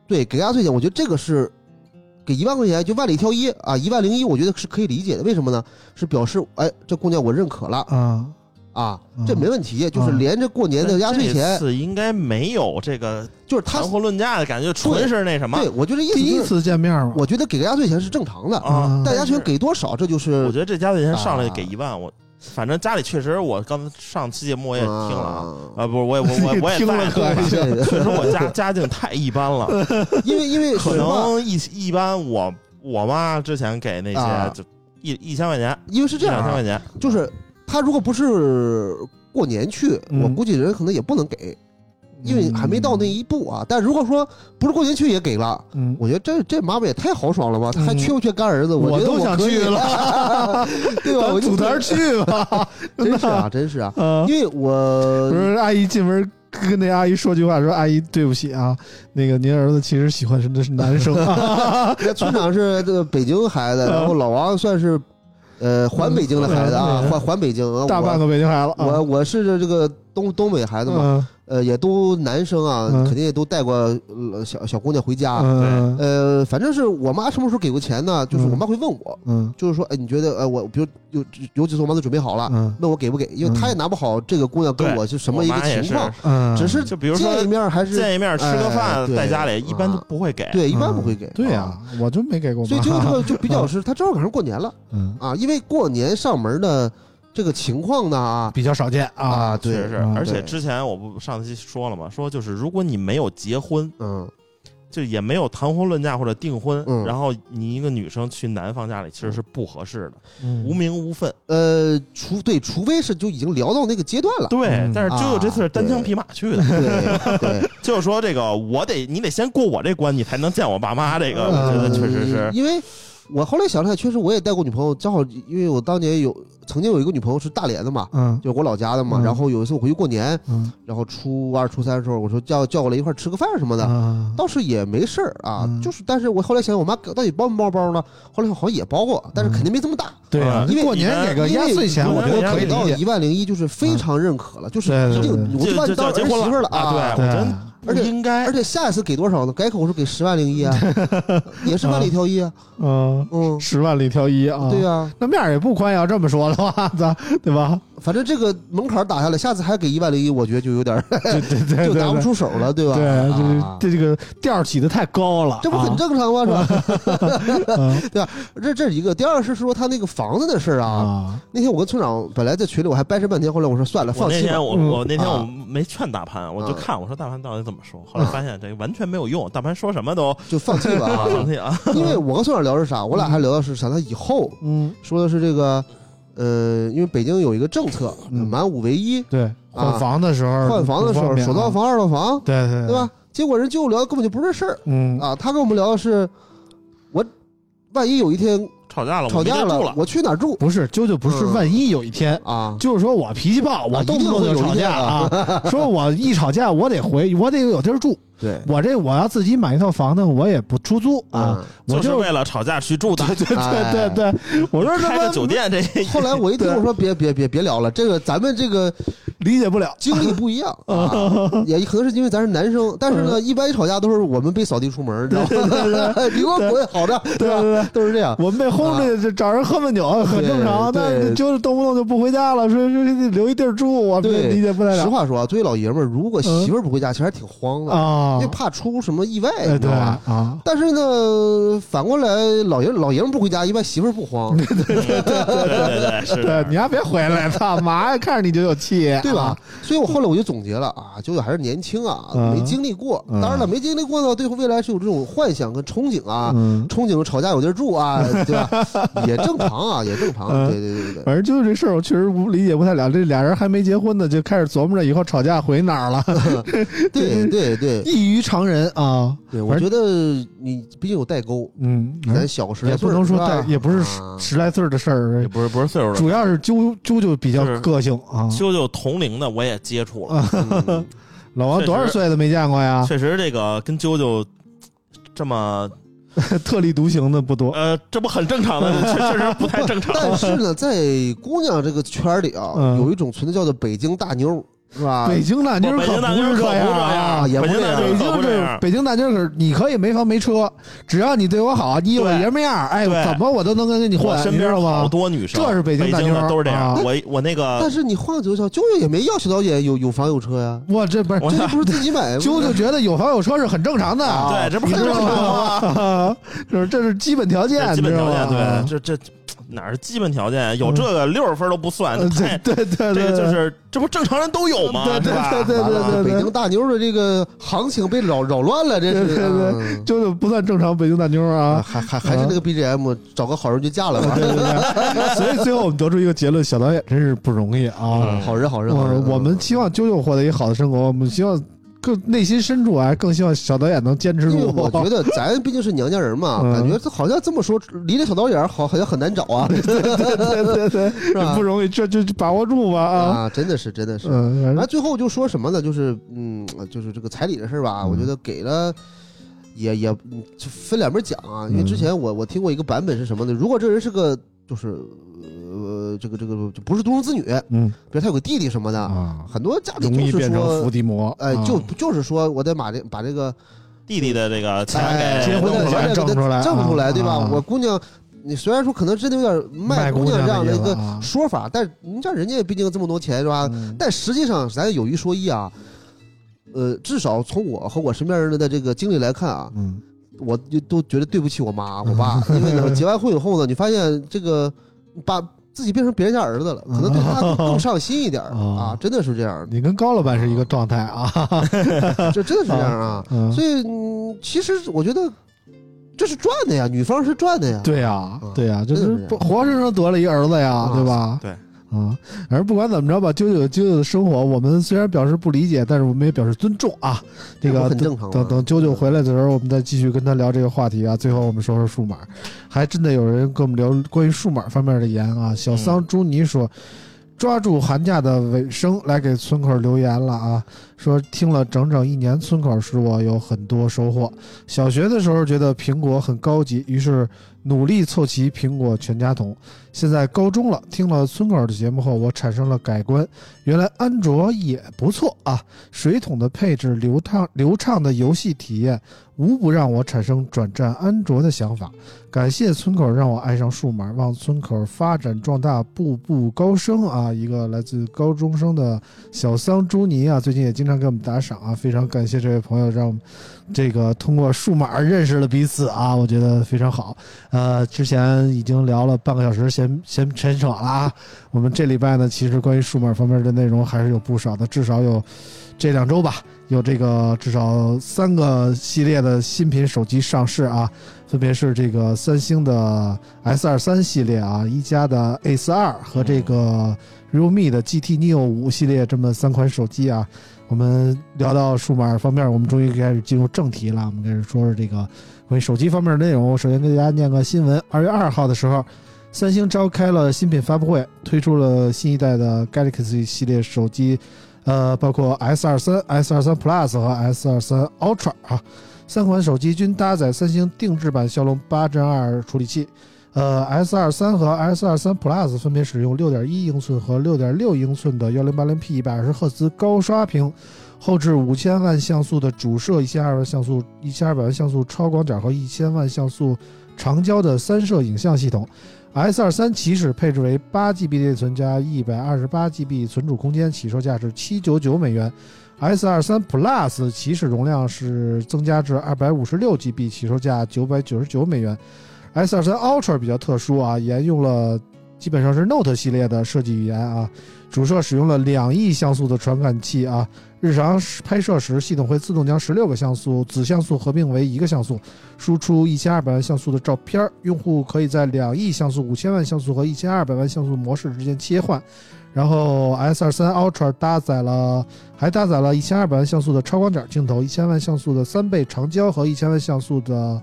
对，给压岁钱，我觉得这个是给一万块钱就万里挑一啊，一万零一，我觉得是可以理解的。为什么呢？是表示哎，这姑娘我认可了啊，啊嗯，这没问题，就是连着过年的压岁钱，是应该没有这个就是他谈婚论嫁的感觉，纯是那什么对。我就这意思第一就是，次见面嘛，我觉得给个压岁钱是正常的，啊嗯！但但压岁是钱给多少，这就是我觉得这家里人上来嗯啊给一万，我反正家里确实，我刚才上期节目我也听了啊，啊啊，不是我也我我我也听了在可还 对对确实我家家境太一般 了，因为因为可实话能一一般我我妈之前给那啊些就一一千块钱，因为是一这样两千啊块，钱，就是他如果不是过年去，嗯我估计人可能也不能给，因为还没到那一步啊。但如果说不是过年去也给了。嗯，我觉得这这妈妈也太豪爽了吧！她还嗯缺不缺干儿子？我觉得都想可以去了， 对吧？我就组团，去吧， 真是啊，真是啊！啊因，为我不是阿姨进门跟那阿姨说句话，说阿姨对不起啊，那个您儿子其实喜欢的是男生，啊 那村长是这个北京孩子，嗯然后老王算是呃环北京的孩子啊，嗯环环北京啊。大半个个北京孩子我啊，我是这个东东北孩子嘛，嗯呃，也都男生啊，嗯肯定也都带过呃小小姑娘回家。嗯呃，反正是我妈什么时候给过钱呢？就是嗯我妈会问我，嗯就是说，哎，你觉得，呃，我比如有有几次我妈都准备好了，嗯问我给不给？因为她也拿不好这个姑娘跟对我是什么一个我妈也情是况，嗯，只是就比如说见一面还是见一面吃个哎饭，对啊在家里一般都不会给。对，一般不会给。嗯对呀、啊我就没给过所以妈，这个就就比 较是，她正好赶上过年了。嗯，啊，因为过年上门的这个情况呢啊比较少见啊，啊，确实对，是嗯，而且对之前我不上期说了嘛，说就是如果你没有结婚，嗯，就也没有谈婚论嫁或者订婚，嗯然后你一个女生去男方家里其实是不合适的，无嗯名无分。呃，除对，除非是就已经聊到那个阶段了，对，嗯但是啾啾这次是单枪匹马啊去的， 对对，就是说这个我得你得先过我这关，你才能见我爸妈。 这个嗯我觉得确实呃是，因为我后来想了想，确实我也带过女朋友，正好因为我当年有曾经有一个女朋友是大连的嘛。嗯就是我老家的嘛，嗯然后有一次我回去过年，嗯然后初二、初三的时候，我说叫叫过来一块儿吃个饭什么的，啊倒是也没事儿啊，嗯就是但是我后来想，想，我妈到底包没包包呢？后来好像也包过，但是肯定没这么大，对啊，因为过年给个压岁钱，因为我觉得可以给到理解。嗯一万零一就是非常认可了，就是对对一对定我就把就就你当要儿结媳婚妇儿了啊！啊！对，对我真不而且应该而。且下一次给多少呢？改口是给十万零 一啊，也是万里挑一啊，嗯，嗯，十万里挑一啊，对呀，那面儿也不宽，要这么说的话，咱对吧？反正这个门槛打下来，下次还给一万零一，我觉得就有点儿对对对对 就拿不对，出手了，对吧？对，就是啊这这个调儿起的太高了，这不很正常吗？是吧？ 啊 这这是一个，第二是说他那个房子的事儿啊。啊那天我跟村长本来在群里我还掰扯半天，后来我说算了，我放那弃吧天。我嗯我那天啊我没劝大潘，我就嗯看我说大潘到底怎么说，后来发现这个完全没有用，大潘说什么都就放弃吧啊 啊，放弃啊，因为我跟村长聊是啥，我俩还聊的是啥？他以后嗯，说的是这个，呃，因为北京有一个政策，嗯满五为一，对，换房的时候换房的时不候方便啊首套，房、二套房，对对对？吧？结果人最后聊的根本就不是事儿嗯啊！他跟我们聊的是，我万一有一天吵架了，吵架啊我没地儿住了了，，我去哪儿 住不是，啾啾不是，嗯万一有一天。啊？就是说我脾气暴，我动不动就吵架啊。说我一吵架，我得回，我得有地儿住。 对我这我要自己买一套房呢，我也不出租啊。啊，我就是就为了吵架去住的。 对对对哎对，我说这开个酒么店这后来我一听，我说别别别别聊了，这个咱们这个理解不了。经历不一 样啊，也可能是因为咱是男生，但是嗯呢，一般一吵架都是我们被扫地出门，你知道 吗？你给我滚，好着，对对吧？对，都是这样。我们被轰着就找人喝闷酒很正常，对但对是就是动不动就不回家了，说说说留一地儿住，我们对理解不了。嗯实话说啊，作为老爷们儿，如果媳妇儿不回家，其实还挺慌的，因啊为，怕出什么意外，对你知对道吧？啊，但是呢，反过来，老爷老爷们儿不回家，一般媳妇儿不慌，对对对，是对的你还别回来， 操嘛呀？看着你就有气，对吧？啊？所以我后来我就总结了啊，九九还是年轻啊，嗯没经历过。嗯当然了，没经历过呢，对未来是有这种幻想跟憧憬啊，嗯，憧憬吵架有地儿 住啊，对吧？也正常啊，也正常。嗯对对对对对。反正就是这事儿，我确实不理解不太了。这俩人还没结婚呢，就开始琢磨着以后吵架回哪儿了，对对对 异于常人啊。对，我觉得你毕竟有代沟，嗯，咱小时也不能说代，也不 是十啊十来岁儿的事也儿，不是不是岁数的。主要是啾啾啾比较个性啊。啾啾同龄的我也接触了，嗯老王多少岁都没见过呀？确实这个跟啾啾这么 特立独行的不多。呃，这不很正常的，确确实不太正常。但是呢，在姑娘这个圈儿里啊，嗯有一种存在叫做“北京大妞儿是吧？北京大妞儿北京大不妞是呃可不样这啊。样，也不北京这大样妞北可京不这这样。北京大妞可你可以没房没车，只要你对我好，你有对爷们样儿，哎，对怎么我都能跟你我混，身你知边道好吗？多女生，这是北北京大妞的都是这样。啊我我那个但是你换个角度想，舅舅也没要小导演有有房有车呀，我这不是我这不是自己买 的吗？啾啾觉得有房有车是很正常的，啊对，这不是很你知正道常吗？ 吗？这这是基本条件，啊这基本条件，你知道吗对，这这哪是基本条件？啊有这个六十分都不算，嗯太对对对，这对个就是这不正常人都有吗？对对是吧对对完了对对北对京大妞的这个行情被扰扰乱了，这是。对对对嗯啾啾不算正常北京大妞啊，啊。 还还还是那个 BGM，找个好人就嫁了吧。对对对， 所以最后我们得出一个结论：小导演真是不容易啊！好人，好人，好人。嗯我我们期望啾啾获得一个好的生活，我们希望更内心深处啊，更希望小导演能坚持因为住。嗯我觉得咱毕竟是娘家人嘛， 嗯感觉这好像这么说，离这小导演好好像很难找啊， 对对对，是吧不？容易，这就把握住吧 啊！啊，真的是，真的是。嗯，反然后正最后就说什么呢？就是嗯，就是这个彩礼的事儿吧，嗯我觉得给了。也也嗯就分两边讲啊，嗯因为之前我我听过一个版本是什么呢？如果这人是个就是呃这个这个就不是独生子女，比嗯如他有个弟弟什么的，啊，很多家庭容易就是变成说伏地魔。哎，啊就就是说我得把这把这个弟弟的这个钱哎给结婚我的钱弄出来得我得挣出来挣出来，对吧？啊我姑娘，你虽然说可能真的有点卖卖姑姑娘娘这样的一的意思个啊说法，但你像人家也毕竟这么多钱是吧？嗯但实际上咱有一说一啊，呃，至少从我和我身边人的这个经历来看啊，嗯，我就都觉得对不起我妈我爸，因为呢结完婚以后呢，你发现这个把自己变成别人家儿子了，可能对他更 更上心一点儿啊啊，真的是这样的，你跟高老板是一个状态 啊，这真的是这样啊。嗯，所以、嗯、其实我觉得这是赚的呀，女方是赚的呀。对呀嗯，对呀，啊就真的是是不活生生得了一儿子呀，对吧？对，啊，反正不管怎么着吧，啾啾啾啾的生活，我们虽然表示不理解，但是我们也表示尊重啊。这这个不很等正常吗嗯等等啾啾回来的时候，我们再继续跟他聊这个话题啊。最后我们说说数码，还真的有人跟我们聊关于数码方面的言啊。小桑朱尼说。抓住寒假的尾声来给村口留言了啊！说听了整整一年村口，使我有很多收获。小学的时候觉得苹果很高级，于是努力凑齐苹果全家桶。现在高中了，听了村口的节目后，我产生了改观，原来安卓也不错啊！水桶的配置、流畅流畅的游戏体验，无不让我产生转战安卓的想法。感谢村口让我爱上数码，望村口发展壮大，步步高升啊！一个来自高中生的小桑朱尼啊，最近也经常给我们打赏啊，非常感谢这位朋友，让我们这个通过数码认识了彼此啊，我觉得非常好。呃，之前已经聊了半个小时闲闲闲扯了啊。我们这礼拜呢，其实关于数码方面的内容还是有不少的，至少有这两周吧，有这个至少三个系列的新品手机上市啊，分别是这个三星的 S 二三系列啊，一加的 A 四二和这个 realme 的 GT Neo 五系列这么三款手机啊。我们聊到数码方面，我们终于开始进入正题了，我们开始说说这个。关于手机方面的内容，我首先给大家念个新闻。二月二号的时候，三星召开了新品发布会，推出了新一代的 Galaxy 系列手机，呃，包括 S 二三、S 二三 Plus 和 S 二三 Ultra 啊，三款手机均搭载三星定制版骁龙八 Gen 二处理器。呃，S 二三和 S 二三 Plus 分别使用六点一英寸和六点六英寸的幺零八零 P 一百二十赫兹高刷屏后置五千万像素的主摄，一千二百万像素、一千二百万像素超广角和一千万像素长焦的三摄影像系统。S 二三起始配置为八 GB 内存加一百二十八 GB 存储空间，起售价是七九九美元。S 二三 Plus 起始容量是增加至二百五十六 GB，起售价九百九十九美元。S 二三 Ultra 比较特殊啊，沿用了基本上是 Note 系列的设计语言啊，主摄使用了两亿像素的传感器啊，日常拍摄时，系统会自动将十六个像素子像素合并为一个像素，输出一千二百万像素的照片儿。用户可以在两亿像素、五千万像素和一千二百万像素模式之间切换。然后 S 二三 Ultra 搭载了，还搭载了一千二百万像素的超广角镜头、一千万像素的三倍长焦和一千万像素的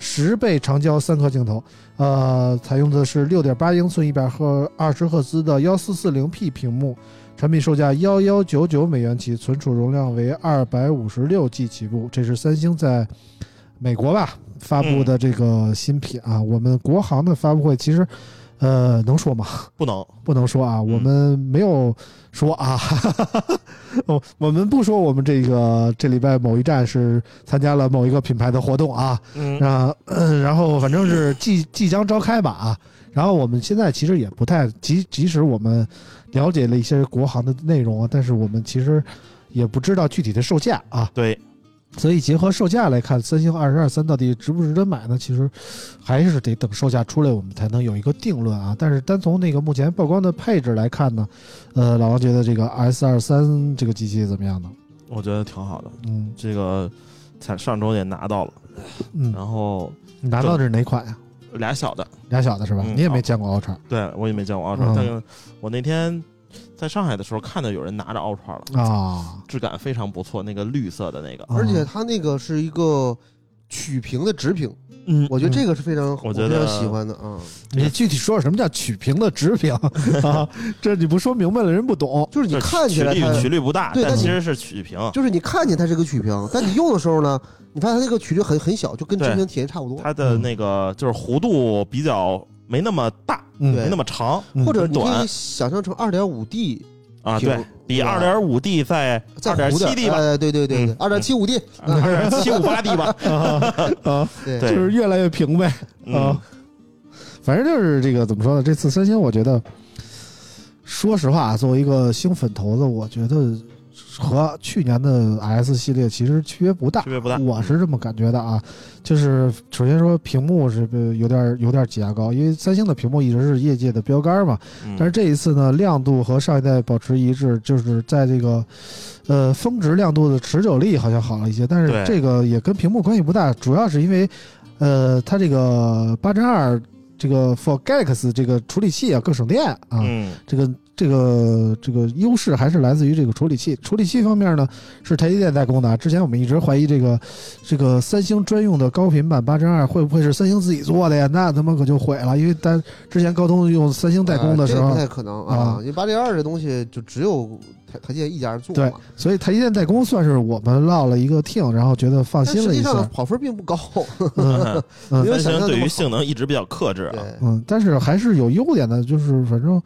十倍长焦三颗镜头。呃，采用的是六点八英寸、一百赫二十赫兹的幺四四零 P 屏幕，产品售价幺幺九九美元起，存储容量为二百五十六 G 起步。这是三星在美国吧发布的这个新品啊。我们国行的发布会其实，呃，能说吗？不能，不能说啊，我们没有说啊， 哈哈哈哈我我们不说我们这个这礼拜某一站是参加了某一个品牌的活动啊，嗯那、嗯然后反正是即即将召开吧啊，然后我们现在其实也不太即即使我们了解了一些国行的内容啊，但是我们其实也不知道具体的售价啊，对，所以结合售价来看，三星二十二三到底值不值得买呢？其实还是得等售价出来，我们才能有一个定论啊。但是单从那个目前曝光的配置来看呢，呃，老王觉得这个 S 二三这个机器怎么样呢？我觉得挺好的。嗯这个才上周也拿到了，嗯，然后你拿到的是哪款呀、俩小的，俩小的是吧？嗯你也没见过 Ultra 对我也没见过 Ultra，、嗯但是我那天在上海的时候看到有人拿着 Ultra 了，啊，质感非常不错，那个绿色的那个，而且它那个是一个曲屏的直屏，嗯我觉得这个是非常我我觉得非常喜欢的啊。你具体说什么叫曲屏的直屏 啊？这你不说明白了，人不懂。就是你看起来曲率它曲，率不大，对但但其是实是曲屏，就是你看见它是个曲屏，但你用的时候呢，你发现它那个曲率很很小，就嗯跟对直屏体验差不多。它的那个就是弧度比较没那么大，嗯，没对那么长嗯或者很你可短以想象成二点五 D 啊，屏对比二点五 D 在再二点糊七点 D 吧，哎，对对对对嗯，二点七五 D，二点七五八 D 吧，哎啊，对对就是越来越平呗。嗯，啊哎反正就是这个怎么说呢？这次三星，我觉得，说实话，作为一个星粉头子，我觉得和去年的 S 系列其实区别不大区。别不大，我是这么感觉的啊，就是首先说屏幕是呃有点有点挤牙膏，因为三星的屏幕一直是业界的标杆嘛，嗯但是这一次呢，亮度和上一代保持一致，就是在这个，呃，峰值亮度的持久力好像好了一些，但对是这个也跟屏幕关系不大，主要是因为，呃，它这个八针二这个 For Galaxy 这个处理器啊更省电啊，嗯这个这个这个优势还是来自于这个处理器。处理器方面呢，是台积电代工的啊。之前我们一直怀疑这个这个三星专用的高频版八针二会不会是三星自己做的呀？那他妈可就毁了，因为单之前高通用三星代工的时哎这候不，太可能啊啊，因为八零二这东西就只有台台积电一家人做对嘛，所以台积电代工算是我们落了一个听，然后觉得放但心实了一际下上。跑分并不高，嗯嗯 没有三想星对象那么于好性能一直比较克制啊，对，嗯，但是还是有优点的，就是反正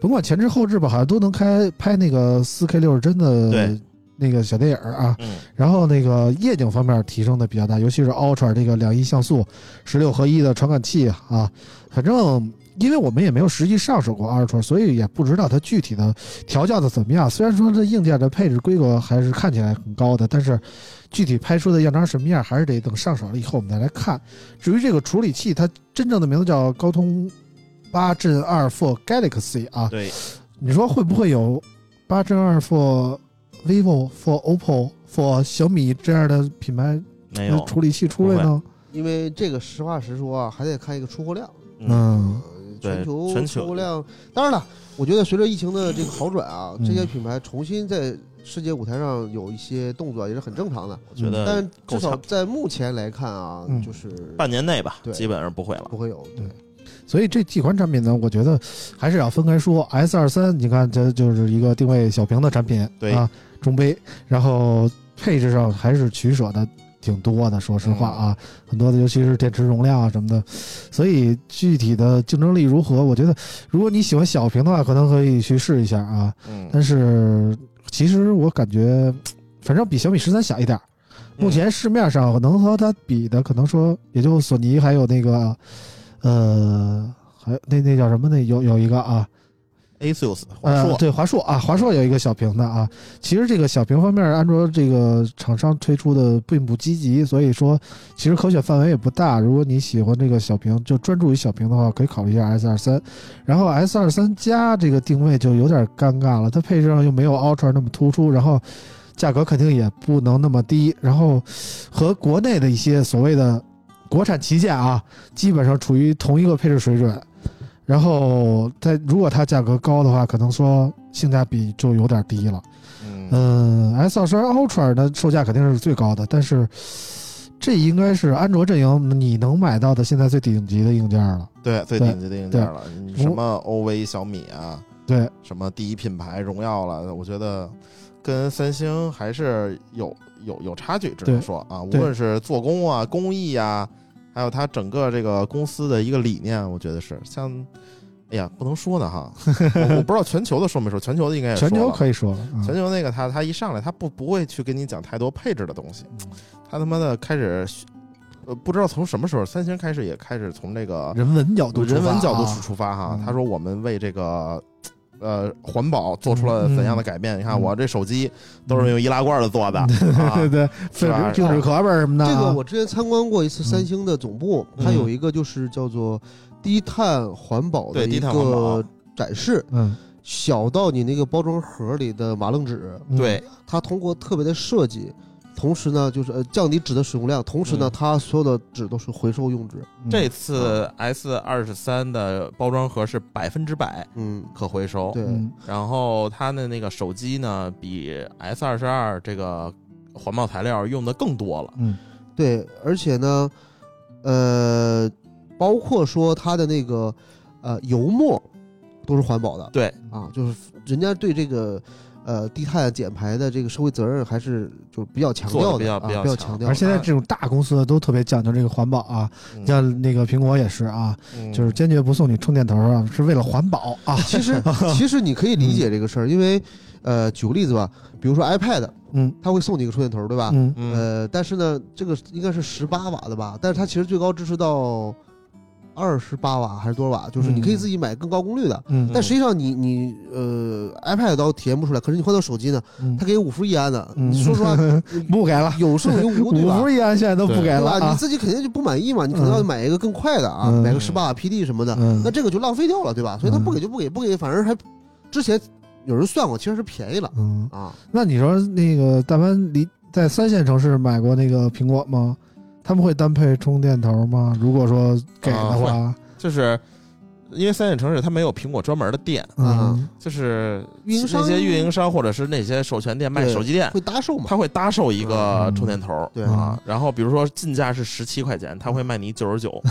甭管前置后置吧，好像都能开拍那个四 K 六十帧的对那个小电影儿啊。嗯然后那个夜景方面提升的比较大，尤其是 Ultra 这个两亿像素、十六合一的传感器啊，反正因为我们也没有实际上手过 Ultra，所以也不知道它具体的调教的怎么样。虽然说这硬件的配置规格还是看起来很高的，但是具体拍出的样张什么样，还是得等上手了以后我们再来看。至于这个处理器，它真正的名字叫高通八阵二 for Galaxy 啊，对，你说会不会有八针二 for vivo for oppo for 小米这样的品牌没的有，处理器出来呢？因为这个实话实说啊，还得看一个出货量，呃嗯嗯对全球全球出货量。当然了，我觉得随着疫情的这个好转啊，嗯这些品牌重新在世界舞台上有一些动作也是很正常的。我觉但得是至够少呛在目前来看啊嗯，就是半年内吧，对基本上不会了不，会有对。所以这几款产品呢，我觉得还是要分开说。S 二三，你看这就是一个定位小屏的产品，对啊，中杯，然后配置上还是取舍的挺多的，说实话啊，嗯很多的，尤其是电池容量啊什么的。所以具体的竞争力如何，我觉得如果你喜欢小屏的话，可能可以去试一下啊。嗯，但是其实我感觉，反正比小米十三小一点儿。目前市面上能和它比的，可能说也就索尼还有那个，呃，还有那那叫什么？那有有一个啊， Asus 华呃、硕，对华硕啊，华硕有一个小屏的啊。其实这个小屏方面，安卓这个厂商推出的并不积极，所以说其实可选范围也不大。如果你喜欢这个小屏，就专注于小屏的话，可以考虑一下 S 二三。然后 S 二三加这个定位就有点尴尬了，它配置上又没有 Ultra 那么突出，然后价格肯定也不能那么低，然后和国内的一些所谓的国产旗舰啊，基本上处于同一个配置水准。然后它如果它价格高的话，可能说性价比就有点低了。嗯嗯，S 二十 Ultra 的售价肯定是最高的，但是这应该是安卓阵营你能买到的现在最顶级的硬件了。对，最对顶级的硬件了，你什么 OV、小米啊，对，什么第一品牌荣耀了，我觉得跟三星还是有有有差距，只对能说啊，无对论是做工啊、工艺啊，还有它整个这个公司的一个理念，我觉得是像哎呀，不能说呢哈， 我我不知道全球的说没说，全球的应该也说全了球可以说了，嗯全球那个他他一上来他不不会去跟你讲太多配置的东西，嗯他他妈的开始，呃，不知道从什么时候三星开始也开始从这个人文角度出发啊，人文角度出出发哈嗯，他说我们为这个。呃，环保做出了怎样的改变？你看嗯我这手机都是用易拉罐的做的，啊 对对，是吧废纸纸壳儿什么的啊，这个我之前参观过一次三星的总部，嗯它有一个就是叫做低碳环保的对一低碳环保啊个展示，嗯，小到你那个包装盒里的麻楞纸，嗯对，它通过特别的设计。同时呢，就是呃降低纸的使用量，同时呢，嗯它所有的纸都是回收用纸。嗯这次 S 二十三的包装盒是百分之百嗯，可回收，对，嗯然后它的那个手机呢，比 S 二十二这个环保材料用的更多了。嗯对，而且呢，呃，包括说它的那个呃油墨都是环保的对，啊，就是人家对这个呃低碳减排的这个社会责任还是就比较强做得调的，比较啊、比较较强强调而的。现在这种大公司都特别讲究这个环保啊，像那个苹果也是啊，嗯就是坚决不送你充电头啊，是为了环保啊。其实其实你可以理解这个事儿，因为呃，举个例子吧，比如说 iPad，嗯它会送你一个充电头，对吧？嗯，嗯，呃，但是呢，这个应该是十八瓦的吧，但是它其实最高支持到二十八瓦还是多少瓦？就是你可以嗯自己买更高功率的。嗯但实际上你你呃 iPad 倒体验不出来，可是你换到手机呢，嗯它，给五伏一安的，嗯你说实话不给了，有胜有 无，对五吧伏？一安现在都不给对了吧？你啊。自己肯定就不满意嘛，你可能要买一个更快的啊，嗯买个十八瓦 PD 什么的，嗯那这个就浪费掉了，对吧？所以它嗯不给就不给，不给反而还之前有人算过，其实是便宜了嗯，啊。那你说那个但凡离在三线城市买过那个苹果吗？他们会单配充电头吗？如果说给的啊话，就是因为三线城市它没有苹果专门的店，啊嗯就是运营商那些运营商或者是那些授权店卖对手机店，会搭售嘛？它会搭售一个嗯充电头儿。对啊，然后比如说进价是十七块钱，它会卖你九 十九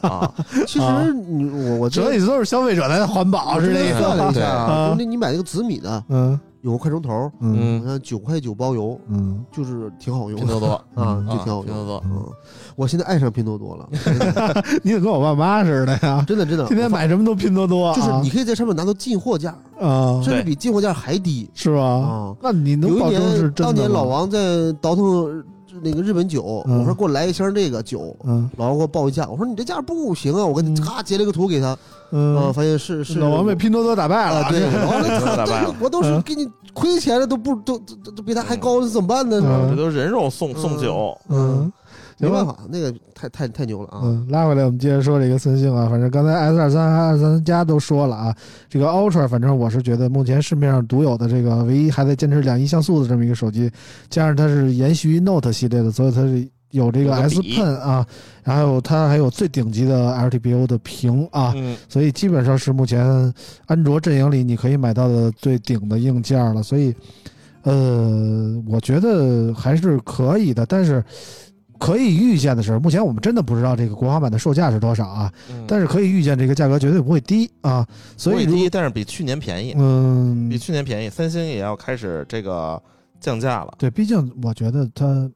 啊，其实你我我所这以都是消费者的环保是这个算了个一。下啊，对就那你买那个紫米的嗯有个快充头，嗯好像九块九包邮，嗯，就是挺好用拼 多的多啊，嗯就啊挺好拼多用。多，嗯，我现在爱上拼多 多了，真的你怎么跟我爸妈似的呀？真的真的。天天买什么都拼多多我啊，发就是你可以在上面拿到进货价，啊，甚对至比进货价还低是吧？啊。那你能有一保证是年，真的吗当年老王在倒腾那个日本酒，嗯我说给我来一箱这个酒，嗯老王给我报一价，我说你这价不行啊，我跟嗯他咔截了个图给他，啊，嗯，发现是是老王被拼多多打败了 啊，对，老王嗯那咋办他啊 我都是给你亏钱了，都不都都都都比他还高，那怎么办呢？嗯这都人肉送送嗯酒，嗯，没行吧办法，那个太太太牛了啊！嗯，拉回来，我们接着说这个三星啊，反正刚才 S 二三、二三加都说了啊，这个 Ultra，反正我是觉得目前市面上独有的这个唯一还在坚持两亿像素的这么一个手机，加上它是延续 Note 系列的，所以它是有这个有个 S 笔 Pen 啊，还有它还有最顶级的 LTPO 的屏啊，嗯，所以基本上是目前安卓阵营里你可以买到的最顶的硬件了。所以，呃，我觉得还是可以的，但是可以预见的是，目前我们真的不知道这个国行版的售价是多少啊，但是是可以预见这个价格绝对不会低啊。所以如，低，但是比去年便宜，嗯比，去年便宜，三星也要开始这个降价了。对，毕竟我觉得它，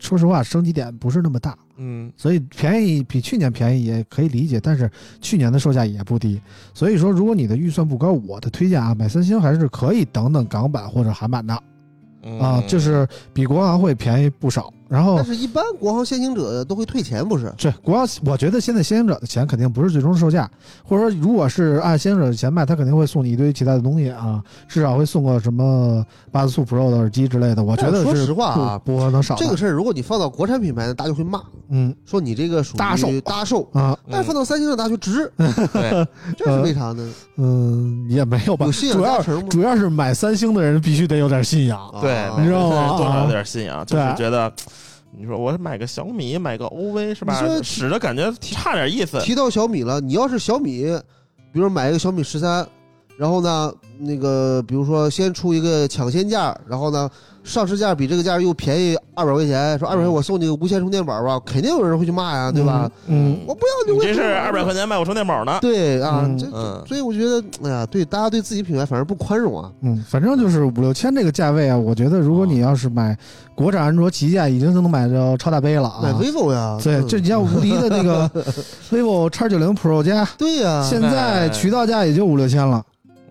说实话，升级点不是那么大。嗯，所以便宜比去年便宜也可以理解，但是去年的售价也不低。所以说，如果你的预算不高，我的推荐啊，买三星还是可以等等港版或者韩版的啊，嗯就是比国行会便宜不少。然后但是，一般国行先行者都会退钱，不是？啊这国行，我觉得现在先行者的钱肯定不是最终售价，或者说如果是按先行者的钱卖，他肯定会送你一堆其他的东西啊，至少会送个什么八速 Pro 的耳机之类的。我觉得但是说是实话啊 不不可能少的。这个事儿，如果你放到国产品牌呢，大家就会骂，嗯说你这个属于搭售搭售。啊但是放到三星上，大家就值， 对，这是为啥呢？嗯也没有吧有，信仰主要加成吗？主要是买三星的人必须得有点信仰。啊对，你知道吗啊多少有点信仰，就是对觉得，你说我买个小米，买个 OV 是吧你说？使着感觉差点意思。提到小米了，你要是小米，比如买一个小米十三，然后呢，那个比如说先出一个抢先价，然后呢上市价比这个价又便宜二百块钱，说二百块钱我送你个无线充电宝吧，肯定有人会去骂啊呀，对吧？？嗯，我不要你你，这是二百块钱。钱卖我充电宝呢？对啊，嗯这嗯，所以我觉得，哎呀，对大家对自己品牌反而不宽容啊。嗯，反正就是五六千这个价位啊，我觉得如果你要是买国产安卓旗舰，已经都能买到超大杯了买啊。 vivo 呀，对，嗯这你像无敌的那个 vivo X 九零 Pro 加，对呀，现在哎渠道价也就五六千了，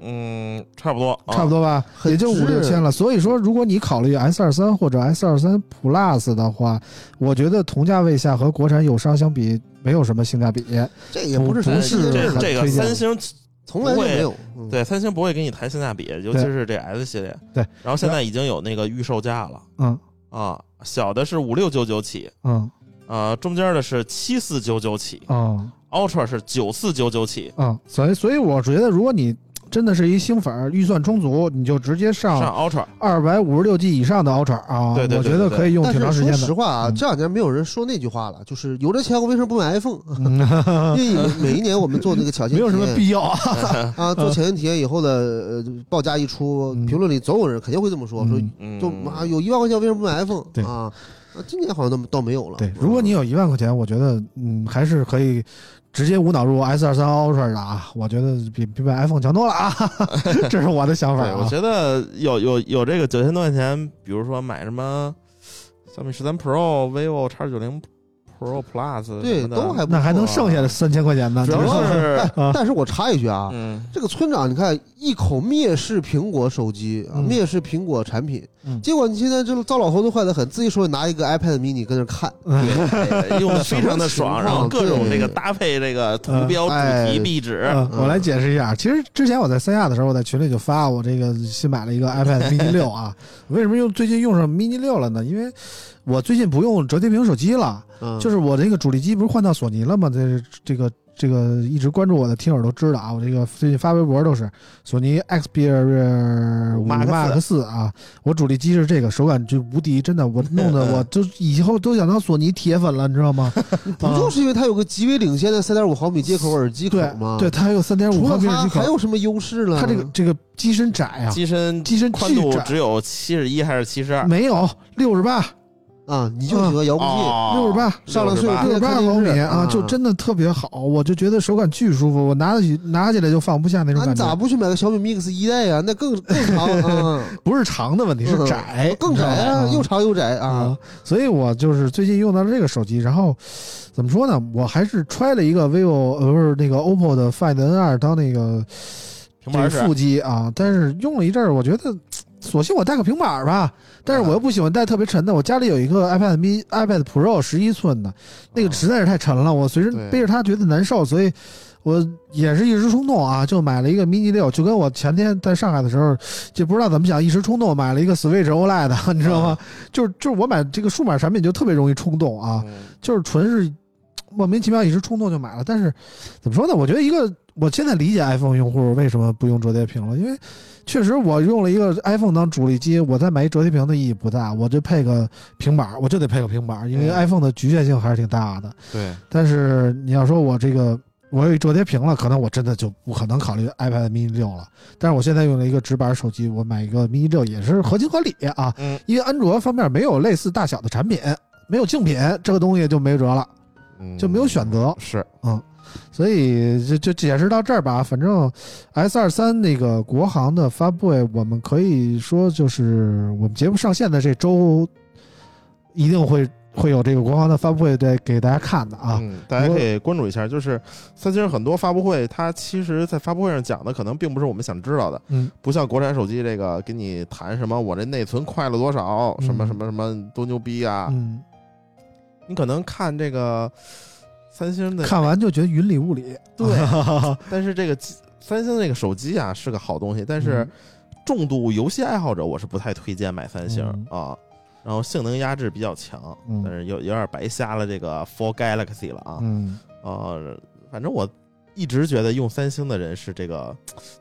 嗯，差不多，啊差不多吧，很也就五六千了。所以说，如果你考虑 S 二三或者 S 二三 Plus 的话，我觉得同价位下和国产友商相比，没有什么性价比。这也不是不什么是新鲜事这儿，这个推荐三星从来就没有。嗯对三星不会给你谈性价比，尤其是这 S 系列。对，然后现在已经有那个预售价了嗯啊，小的是五六九九起，嗯呃，中间的是七四九九起嗯，Ultra 是九四九九起。嗯，所以所以我觉得，如果你真的是一星粉儿，预算充足，你就直接上上 Ultra 二百五十六 G 以上的 Ultra 啊，对对对我觉得对对可以用但挺是长时说间实的。话啊，嗯这两年没有人说那句话了，就是有这钱我为什么不 买 iPhone？嗯因为有每一年我们做那个抢 先没体有验，什么必要啊。啊，做抢先体验以后的呃报价一出，嗯评论里总有人肯定会这么说，说嗯嗯，都妈有一万块钱为什么不买 iPhone 对啊？啊今年好像都倒没有了。对，如果你有一万块钱，我觉得嗯还是可以直接无脑入 S 二三 Ultra 的啊，我觉得比比买 iPhone 强多了啊， 这是我的想法对，我啊。觉得有有有这个九千多块钱，比如说买什么小米十三 Pro、vivo X 九零 Pro Plus，嗯对什么的都还不那还能错啊剩下的三千块钱呢？主要是啊但但是我插一句啊，嗯，这个村长，你看一口蔑视苹果手机，啊嗯蔑视苹果产品，嗯结果你现在这糟老头子坏得很，自己手里拿一个 iPad mini 跟那看，对呃用的非常的什么情爽，况然后各种对这个搭配这个图标、哎主题、壁纸，嗯，我来解释一下。其实之前我在三亚的时候，我在群里就发我这个新买了 一个 iPad mini 六啊。为什么用最近用上 mini 六了呢？因为我最近不用折叠屏手机了，嗯，呃就是我这个主力机不是换到索尼了吗？这是这个这个一直关注我的听友都知道啊，我这个最近发微博都是索尼 Xperia 五 Mark 4 Mark 四啊，我主力机是这个，手感就无敌，真的，我弄得 我就以后都想当索尼铁粉了，你知道吗？不就是因为它有个极为领先的三点五毫米接口耳机口呃啊对吗？对，，它还有三点五除毫了米耳它机还口，有什么优势呢？它这个这个机身窄啊，机身机身宽巨度窄，只有七十一还是七十二？没有六十八啊，你就喜欢遥控器，哦六十八上了岁68数六十八看电视毫米啊，啊就真的特别好，我就觉得手感巨舒服，我拿得起拿起来就放不下那种啊那感你觉。咋不去买个小米 Mix 一代呀？那更 更长啊，不是长的问题，是嗯窄，更窄啊，你知道又吗长又窄啊啊。所以我就是最近用到这个手机，然后怎么说呢？我还是揣了一个 vivo 呃不是那个 OPPO 的 Find N 二当那个这平板个是副机啊，但是用了一阵儿，我觉得。索性我带个平板儿吧，但是嗯我又不喜欢带特别沉的。我家里有一个 iPad mini、iPad Pro 十一寸的，那哦个实在是太沉了，我随身对背着它觉得难受，所以我也是一时冲动啊，就买了一个 mini 六，就跟我前天在上海的时候，就不知道怎么想，一时冲动买了一个 Switch OLED，你知道啊吗？就是就是我买这个数码产品就特别容易冲动啊，嗯就是纯是莫名其妙一时冲动就买了。但是怎么说呢？我觉得一个我现在理解 iPhone 用户为什么不用折叠屏了，因为确实我用了一个 iPhone 当主力机，我再买一折叠屏的意义不大，我就配个平板儿，我就得配个平板儿，因为嗯 iPhone 的局限性还是挺大的。对，但是你要说我这个我有一折叠屏了，可能我真的就不可能考虑 iPad mini 六了。但是我现在用了一个直板手机，我买一个 mini 六也是合情合理啊，嗯因为安卓方面没有类似大小的产品，没有竞品，这个东西就没辙了，嗯就没有选择。是所以就就解释到这儿吧。反正 S 二三那个国行的发布会，我们可以说就是我们节目上线的这周，一定会会有这个国行的发布会在给大家看的啊。嗯，大家可以关注一下。就是三星很多发布会，它其实在发布会上讲的可能并不是我们想知道的，嗯，不像国产手机这个给你谈什么我这内存快了多少，什么嗯什么什么多牛逼啊，嗯，你可能看这个三星的，看完就觉得云里雾里。对，但是这个机三星这个手机啊是个好东西，但是。嗯重度游戏爱好者，我是不太推荐买三星、啊。然后性能压制比较强， 嗯啊但是有有点白瞎了这个 For Galaxy 了啊。嗯，呃，反正我一直觉得用三星的人是这个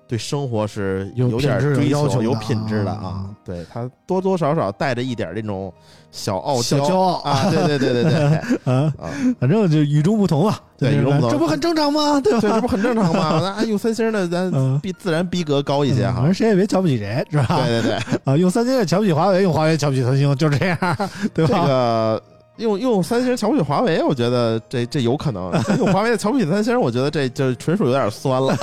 对生活是有有点品质追有要求求、的有品质的啊啊。对他多多少少带着一点这种小傲小骄傲啊，对对对对对 啊，啊，反正就与众不同了，对就是与众不同这不很正常吗？对吧？对，这不很正常吗？那用三星的咱嗯逼自然逼格高一些嗯反哈正。谁也别瞧不起谁，是吧？对对对， 啊，用三星也瞧不起华为，用华为也瞧不起三星，就 这样，对这吧？个用用三星瞧不起华为，我觉得这这有可 能；用华为瞧不起三星，我觉得这就纯属有点酸了。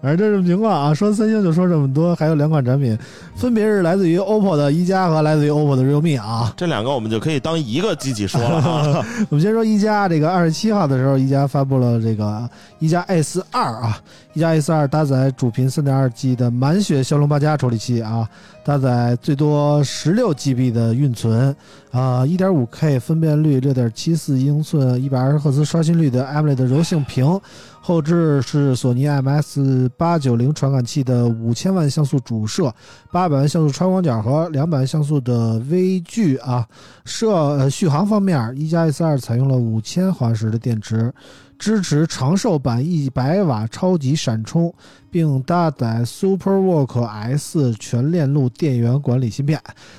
反正这种情况啊，说三星就说这么多，还有两款产品，分别是来自于 OPPO 的一加和来自于 OPPO 的 realme 啊。这两个我们就可以当一个机器说了 啊。我们先说一加，这个二十七号的时候，一加发布了这个一加 S 二啊，一加 S 二搭载主频三点二 G 的满血骁龙八加处理器啊，搭载最多十六 GB 的运存啊，一点五 K 分辨率，六点七四英寸，一百二十赫兹刷新率的 AMOLED E 柔性屏，后置是索尼 IMX 八九零传感器的五千万像素主摄，八百万像素超广角和两百万像素的微距啊。摄呃续航方面，一加 S 二采用了五千毫安时的电池，支持长寿版一百瓦超级闪充，并搭载 SuperVOOC S 全链路电源管理芯片，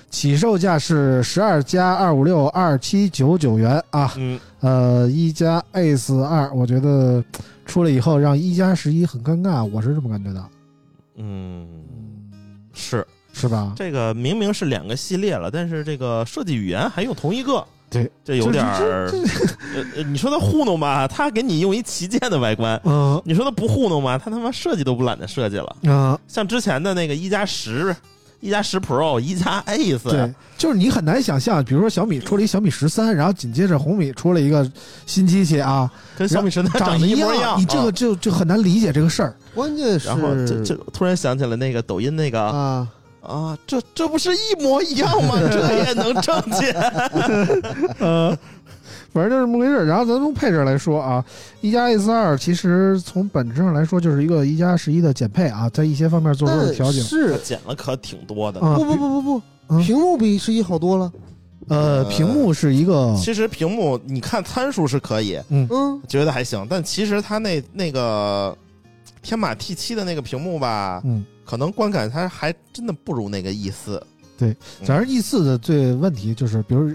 起售价是十二加二五六二七九九元啊。嗯，呃，一加 S 二，我觉得出来以后让一加十一很尴尬，我是这么感觉的，嗯，是是吧？这个明明是两个系列了，但是这个设计语言还用同一个，对，这有点儿。呃呃，你说他糊弄吧，他给你用一旗舰的外观；嗯你说他不糊弄吧，他他妈设计都不懒得设计了。啊、像之前的那个一加十、一加十 Pro、一加 Ace，对，就是你很难想象，比如说小米出了一小米十三，然后紧接着红米出了一个新机器啊，跟小米十三长得一一模一样。你这个啊，就就很难理解这个事儿。关键是然后这这突然想起了那个抖音那个啊，啊，这这不是一模一样 吗？这也能挣钱？呃，反正就这么回事儿。然后咱从配置来说啊，一加 S 二其实从本质上来说就是一个一加十一的减配啊，在一些方面做出但了调整。这是 剪了可挺多的。啊不，不不不不，嗯屏幕比十一好多了。呃，屏幕是一个，其实屏幕你看参数是可以，嗯，觉得还行，但其实它那那个天马 T 七的那个屏幕吧，嗯，可能观感它还真的不如那个 E 四，嗯反正 E 四的最问题就是，比如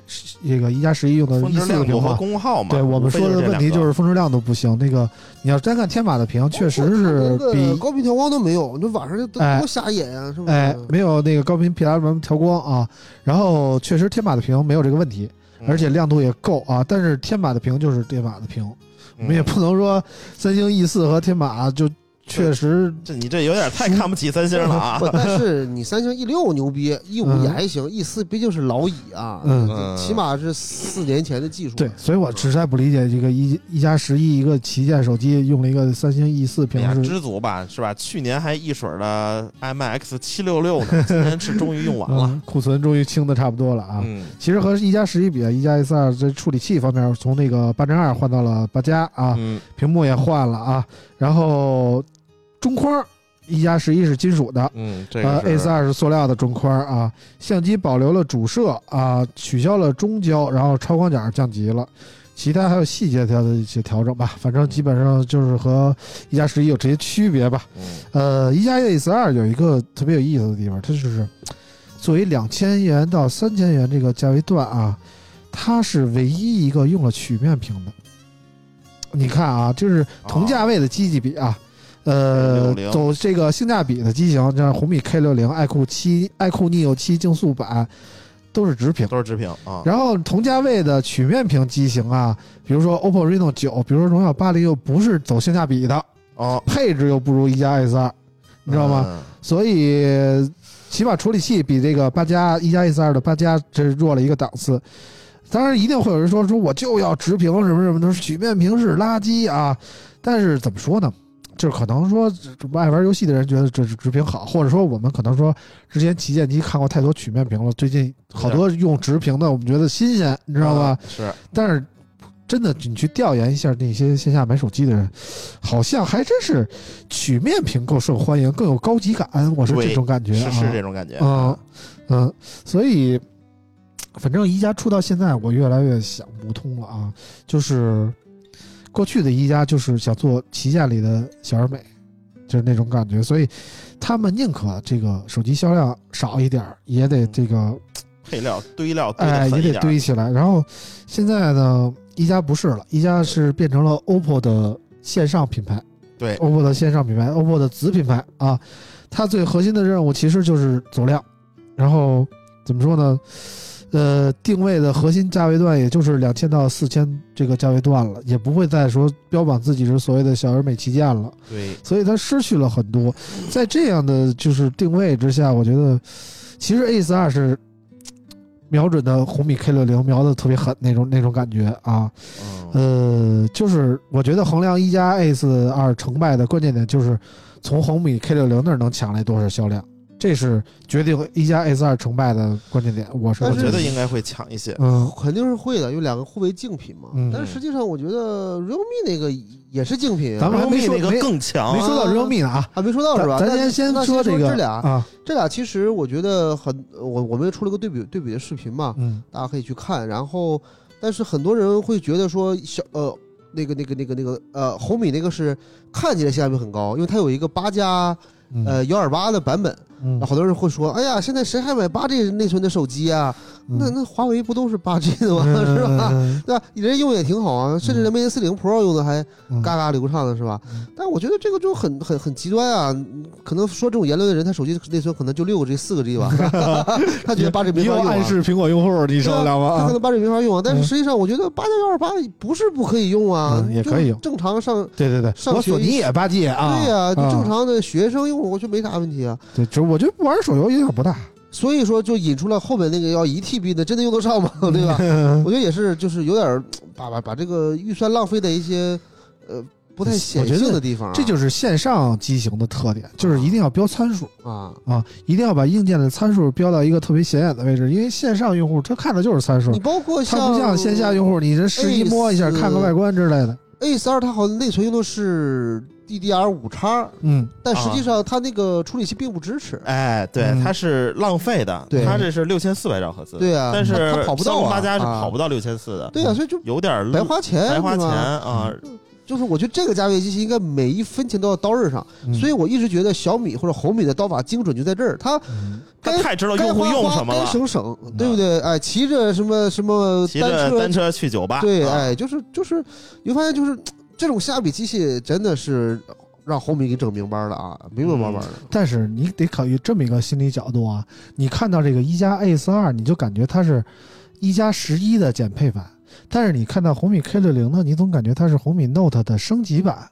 这个一加十一用的峰 E 值四的亮屏度和幕。功耗嘛。对我们无非说的这两问题个就是峰值亮度不行，那个你要真看天马的屏，确实是那个比高频调光都没有，那晚上这多哎多瞎眼呀，是不是？哎，没有那个高频 PWM 调光啊，然后确实天马的屏没有这个问题，嗯而且亮度也够啊，但是天马的屏就是天马的屏，嗯我们也不能说三星 E 四和天马就确实这你这有点太看不起三星了啊 不，！但是你三星 E 六牛逼，E 五嗯也还行，E 四毕竟是老蚁啊，嗯嗯起码是四年前的技术。对，所以我实在不理解这个一一加十一一个旗舰手机用了一个三星 E 四 哎屏呀，是。知足吧，是吧？去年还一水儿的 MX 七六 六呢，今年是终于用完了。嗯，库存终于清的差不多了啊！嗯，其实和一加十一比，一加 S 二在处理器方面，从那个八针二换到了八加啊，嗯屏幕也换了啊，然后中框一加十一是金属的，嗯，这呃个，A 是4 2是塑料的中框啊，相机保留了主摄啊，取消了中焦，然后超广角降级了。其他还有细节调的一些调整吧，反正基本上就是和一加十一有这些区别吧。嗯呃，一加 S 二有一个特别有意思的地方，它就是作为两千元到三千元这个价位段啊，它是唯一一个用了曲面屏的。你看啊，就是同哦价位的机器比啊，呃， 660走这个性价比的机型，像红米 K 六零、爱酷七、爱酷 neo 七竞速版，都是直屏。都是直屏啊。然后同价位的曲面屏机型啊，比如说 OPPO Reno 九，比如说荣耀八零，又不是走性价比的，哦，配置又不如一加 S 二，你知道吗？嗯？所以起码处理器比这个八加一加 S 二的八加这弱了一个档次。当然，一定会有人说说我就要直屏什么什么的，曲面屏是垃圾啊。但是怎么说呢？就是可能说这不爱玩游戏的人觉得这是直屏好，或者说我们可能说之前旗舰机看过太多曲面屏了，最近好多用直屏的，我们觉得新鲜，你知道吧？嗯？是，但是真的，你去调研一下那些线下买手机的人，好像还真是曲面屏更受欢迎，更有高级感。我是对这种感觉是啊，是这种感觉啊。嗯，所以反正一加出到现在，我越来越想不通了啊，就是。过去的一加就是想做旗下里的小而美，就是那种感觉，所以他们宁可这个手机销量少一点儿，也得这个配料堆料堆哎的狠一也得点，堆起来。然后现在呢，一加不是了，一加是变成了 OPPO 的线上品牌，对，OPPO 的线上品牌，OPPO 的子品牌啊，它最核心的任务其实就是走量，然后怎么说呢？呃，定位的核心价位段也就是两千到四千这个价位段了，也不会再说标榜自己是所谓的小而美旗舰了。对所以它失去了很多。在这样的就是定位之下，我觉得其实 A 4 R 是瞄准的红米 K 6 0瞄的特别狠那种那种感觉啊。嗯，呃，就是我觉得衡量一加 A 4 R 成败的关键点就是从红米 K 6 0那儿能抢来多少销量，这是决定一加 A 4 R 成败的关键点。我是但我是觉得应该会抢一些，嗯。肯定是会的，有两个互为竞品嘛。嗯但是实际上，我觉得 realme 那个也是竞品啊，咱们还没说 Realme 那没个更强没，说到 realme 呢啊，还没说到是吧？咱咱那先先那说说这个这俩，啊，这俩其实我觉得很，我我们也出了个对比对比的视频嘛，嗯，大家可以去看。然后，但是很多人会觉得说小呃那个那个那个那个呃红米那个是看起来性价比很高，因为它有一个八加嗯呃幺二八的版本。嗯然后好多人会说，哎呀，现在谁还买八 G 内存的手机啊？那那华为不都是八 G 的吗？是吧？嗯对吧？人家用也挺好啊，甚至人民四零 Pro 用的还嗯嘎嘎流畅的是吧？但我觉得这个就很很很极端啊！可能说这种言论的人，他手机内存可能就六个 G、四个 G 吧，他觉得八 G 没又法用、啊。暗示苹果用户，你受得了吗？他啊可能八 G 没法用啊，但嗯是实际上我觉得八加幺二八不是不可以用啊，嗯也就可以用正常上对对对，上我学索尼一也八 G 啊，对呀、就正啊。常的学生用，我觉得没啥问题啊。对，只我觉得不玩手游影响不大，所以说就引出了后面那个要一 TB 的，真的用 得上吗？对吧？我觉得也是，就是有点儿把把把这个预算浪费在一些呃不太显我觉性得的地方啊、这就是线上机型的特点，就是一定要标参数啊，啊，一定要把硬件的参数标到一个特别显眼的位置，因为线上用户他看的就是参数你，包括他不像线下用户，你这试一摸一下， A4 看个外观之类的。 A 4 2它好像内存用的是 DDR 五叉，嗯，但实际上它那个处理器并不支持。哎，对嗯，它是浪费的，对它这是六千四百兆赫兹，对啊，但是它它跑不到啊，八加是啊跑不到六千四的，对啊，所以就有点儿白花钱，嗯白花是钱吧。嗯啊，就是我觉得这个价位机器应该每一分钱都要刀刃上，嗯所以我一直觉得小米或者红米的刀法精准就在这儿，它嗯它该太知道该用户花用花什么该了，嗯省省，对不对？哎，骑着什么什么骑着车单车去酒吧，对，啊哎，就是就是，你会发现就是这种下笔机器真的是让红米给整明白了啊，明明白白嗯的。但是你得考虑这么一个心理角度啊，你看到这个一加 A 4 2你就感觉它是一加十一的减配版，但是你看到红米 K 6 0呢，你总感觉它是红米 Note 的升级版。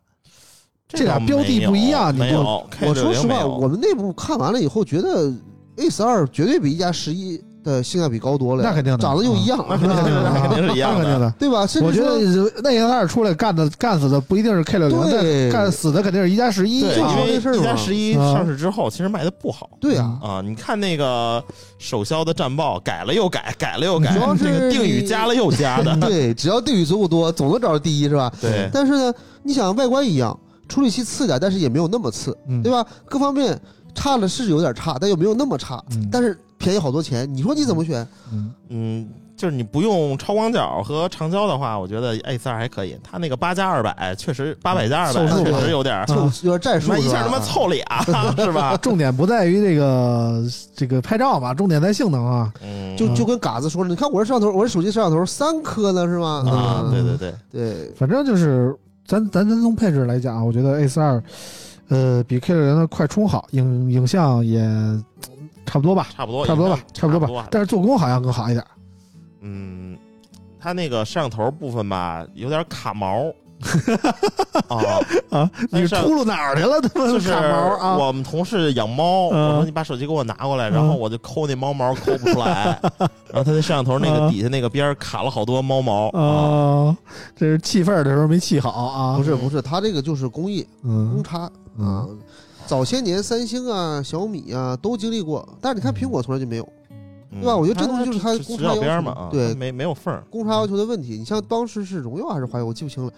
这俩倒没标的有不一样你没不有，我 K60 说实没话，有我们内部看完了以后，觉得 A 4 2绝对比一加十一的性价比高多了，那肯定的长得又一样，那肯定的那肯定是一样那肯定的。 对吧？甚我至觉说得那个二出来干的干死的不一定是 K 六零，对但干死的肯定是一加十一。对，就说因啊为这事儿一加嘛嗯十一啊上市之后，其实卖的不好对啊，啊。你看那个首销的战报，改了又改，改了又改主要，是，这个定语加了又加 的 对，只要定语足够多，总能找着第一，是吧？对，但是呢，你想外观一样，处理器次点，但是也没有那么次，嗯对吧？各方面差了是有点差，但又没有那么差，嗯但是便宜好多钱，你说你怎么选？嗯嗯。就是你不用超广角和长焦的话，我觉得 A 4 2还可以。它那个八加二百确实，八百加二百凑数吧确实有点儿，就有点战术妈，一是吧下他妈凑俩 是吧？重点不在于这个这个拍照嘛，重点在性能啊。嗯，就就跟嘎子说了，你看我这摄像头，我这手机摄像头三颗呢，是吗？啊，嗯对对对，对，反正就是咱咱咱从配置来讲啊，我觉得 A 4 2呃，比 K 六零的快充好，影影像也呃差不多吧，差不多，啊差不多吧，差差不不多吧。但是做工好像更好一点。嗯，它那个摄像头部分吧，有点 卡毛啊，啊，但你是秃噜哪儿去了？他妈 就是卡毛啊！我们同事养猫，嗯我说你把手机给我拿过来，嗯然后我就抠那猫毛抠不出 来，然后他那摄像头那嗯个底下那个边儿卡了好多猫毛啊，啊，这是气氛的时候没气好啊。不是不是，它这个就是工艺嗯公差啊嗯，。早些年三星啊、小米啊都经历过，但是你看苹果从来就没有对对吧我觉得这东西就是它它公直差角要边儿求嘛，啊对它没没有缝儿，公差要求的问题。你像当时是荣耀还是华为，我记不清了，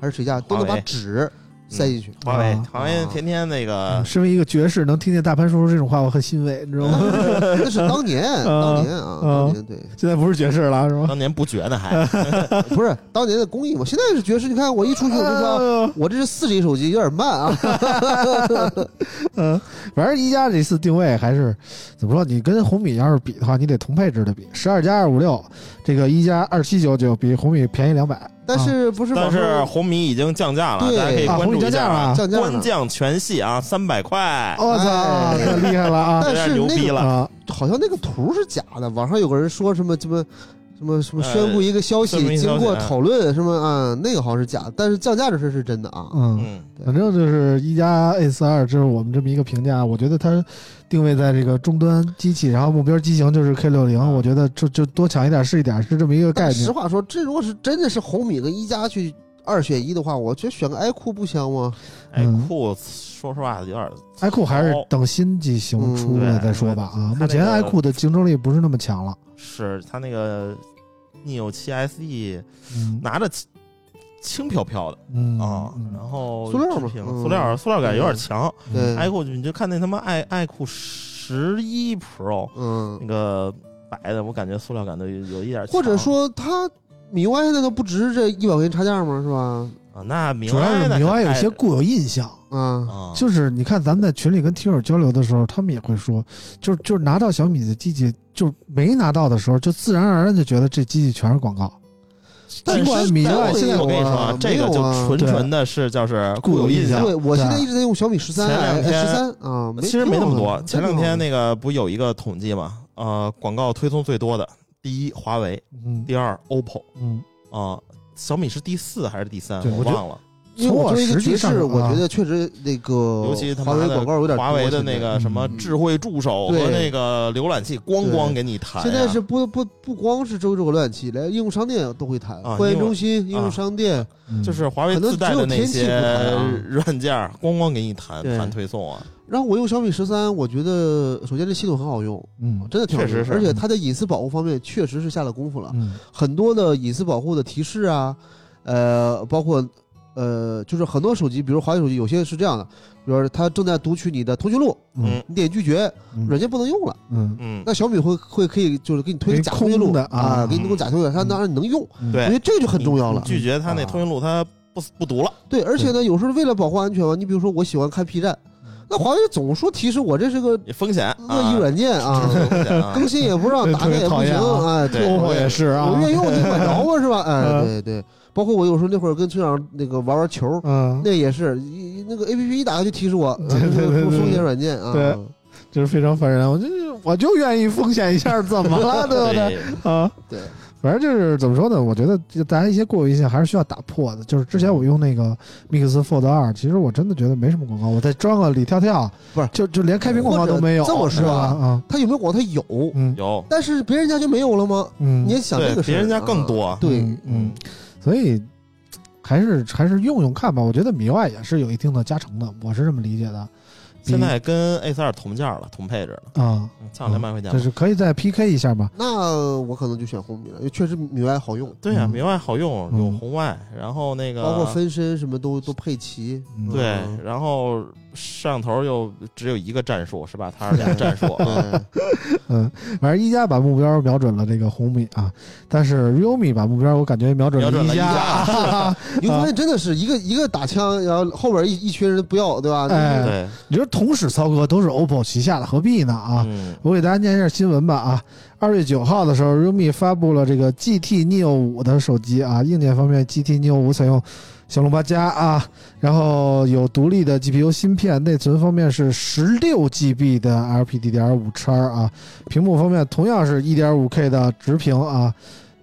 还是谁家都能把华为纸塞进去。华为，啊华为天天那个身为一个爵士，能听见大潘说出这种话，我很欣慰，你嗯知道嗯吗？ 那是当年，当年啊，当年对， 现在不是爵士了，是吧？ 当年不觉得嗯还不是当年的工艺嘛。现在是爵士，你看我 一出去我就说，呃我这是四 G 手机，有点慢 啊。嗯，反正一加这次定位还是怎么说？你跟红米要是比的话，你得同配置的比，十二加二五六，这个一加二七九九比红米便宜两百，但是不是但网是上？红米已经降价了，对大家可以啊，关红米降注一下价了，哦降价了官降全系啊，三百块，我操，哎太厉害了啊！ 但有点是牛逼那了。啊，好像那个图是假的，网上有个人说什么什么。什么什么呃宣布一个消宣布息，一个消息经过啊讨论什么啊，那个好像是假的，但是降价这事是真的啊。嗯，嗯，反正就是一加 A 四二，这是我们这么一个评价。我觉得它定位在这个终端机器，然后目标机型就是 K 六零，我觉得就就多抢一点是一点，是这么一个概但念实。话说，这如果是真的是红米跟一加去二选一的话，我觉得选个 iQOO 不香吗？哎嗯，酷，说实话有点， iQOO 还是等新机型出来嗯再说吧对啊，它目前那个 iQOO 的竞争力不是那么强了。是它那个 neo 七 E SE 嗯拿着轻轻飘飘的嗯啊，嗯然后塑料嘛制品嗯塑料塑料感有点强。嗯对，iQOO 你就看那他妈 i iQOO 十一 Pro 嗯，那个白的，我感觉塑料感都有有一点强，或者说它米 UI 那个不值这一百块钱差价吗？是吧？啊，那明主要是呢米 UI 有太些固有印象，啊，啊，就是你看咱们在群里跟听友交流的时候，他们也会说，就是就是拿到小米的机器，就是没拿到的时候，就自然而然就觉得这机器全是广告。但尽管是米但 UI 是现在我我跟你说啊，这个就纯纯的是叫是固有印象。对，我对现在一直在用小米十三啊前两十天三啊，其实没那么多，前两天那那个不有一个统计嘛？呃，广告推送最多的，第一华为，嗯第二 OPPO 嗯，啊、小米是第四还是第三？对我觉得忘了。因为我作为一个从我实际爵上士，我啊觉得确实那个尤其他华妈为的广告有点华为多的现在那个什么嗯智慧助手和对那个浏览器，咣咣给你哎弹呀。现在是不不不光是周周浏览器，连应用商店都会谈，啊会员应用中心、应用啊商店，嗯就是华为可能自带的那只些有天气不弹啊 软件，咣咣给你弹对弹推送啊。然后我用小米十三，我觉得首先这系统很好用，嗯真的挺好用确实是而且它的隐私保护方面确实是下了功夫了，啊嗯很多的隐私保护的提示啊，呃，包括呃，就是很多手机，比如华为手机，有些是这样的，比如说它正在读取你的通讯录，嗯你点拒绝，嗯软件不能用了，嗯嗯，那小米会会可以就是给你给推个你假通讯录空的啊啊，给你推个假通讯录，它能让你能用，嗯对我觉得这个就很重要了你。拒绝他啊那通讯录，他不不读了。对，而且呢，有时候为了保护安全嘛，你比如说我喜欢看 P 站，那华为总说提示我这是个风险恶意软件啊， 风险啊更新也不让，对打开也特不别行讨厌啊哎，对我，OPPO 也是啊我，愿意用你管着吗？ 是吧？哎，嗯对对，包括我有时候那会儿跟村长那个玩玩球，嗯，那也是一那个 A P P 一打开就提示我，呃对对对对风风险软件啊，对就是非常烦人。我就我就愿意风险一下，怎么了，对不对？对啊，对，反正就是怎么说呢？我觉得就大家一些固有印象还是需要打破的。就是之前我用那个 Mix Fold 二，其实我真的觉得没什么广告，我再装个李跳跳，不是啊就就连开屏广告都没有。或者这么是说吧？啊啊，它有没有广告？它有，嗯有 但是别人家就没有了吗？嗯，你也想这个对事儿，别人家更多啊对，嗯嗯，所以还是还是用用看吧。我觉得米 UI 也是有一定的加成的，我是这么理解的。比现在跟 A 4 2同价了，同配置了，啊，嗯差两百块钱就吧。是可以再 PK 一下吧。那我可能就选红米了，因为确实米 UI 好用，对呀，嗯米外好用，嗯有红外，然后那个包括分身什么都都配 齐，嗯对嗯，然后摄像头又只有一个战术是吧？它是俩战术啊，对嗯，反正一加把目标瞄准了这个红米啊，但是 realme 把目标我感觉瞄准瞄准了一一加加，你会发现真的是一个一个打枪，然后后边一一群人不要，对吧？哎对，你说同时操作都是 OPPO 旗下的，何必呢啊？嗯，我给大家念一下新闻吧啊！二月九号的时候，realme 发布了这个 GT Neo 五的手机啊，硬件方面，GT Neo 五采用骁龙八加啊，然后有独立的 GPU 芯片，内存方面是十六 GB 的 LPDDR 五叉啊，屏幕方面同样是一点五 K 的直屏啊，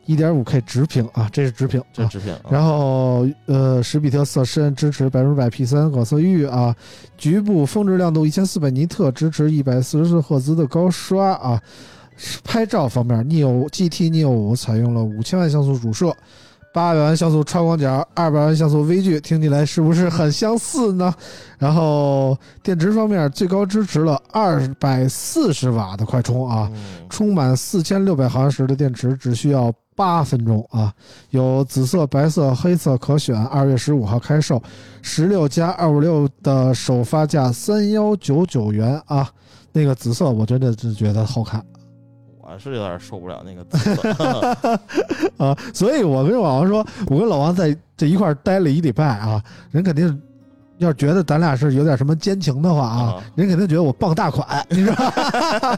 一点五 K 直屏啊，这是直屏这啊是直屏啊，然后呃，十比特色深，支持百分之百 P 三搞色域啊，局部峰值亮度一千四百尼特，支持一百四十四赫兹的高刷啊。拍照方面，neo GT neo 五采用了五千万像素主摄，八百万像素超广角，二百万像素微距，听起来是不是很相似呢？然后电池方面，最高支持了二百四十瓦的快充啊，嗯充满四千六百毫安时的电池只需要八分钟啊，有紫色、白色、黑色可选。二月十五号开售，十六加二五六的首发价三幺九九元啊。那个紫色我真的是觉得好看我是有点受不了那个紫色，啊，所以我跟老王说，我跟老王在这一块儿待了一礼拜啊，人肯定。要是觉得咱俩是有点什么奸情的话啊，啊人肯定觉得我傍大款，你知道吗？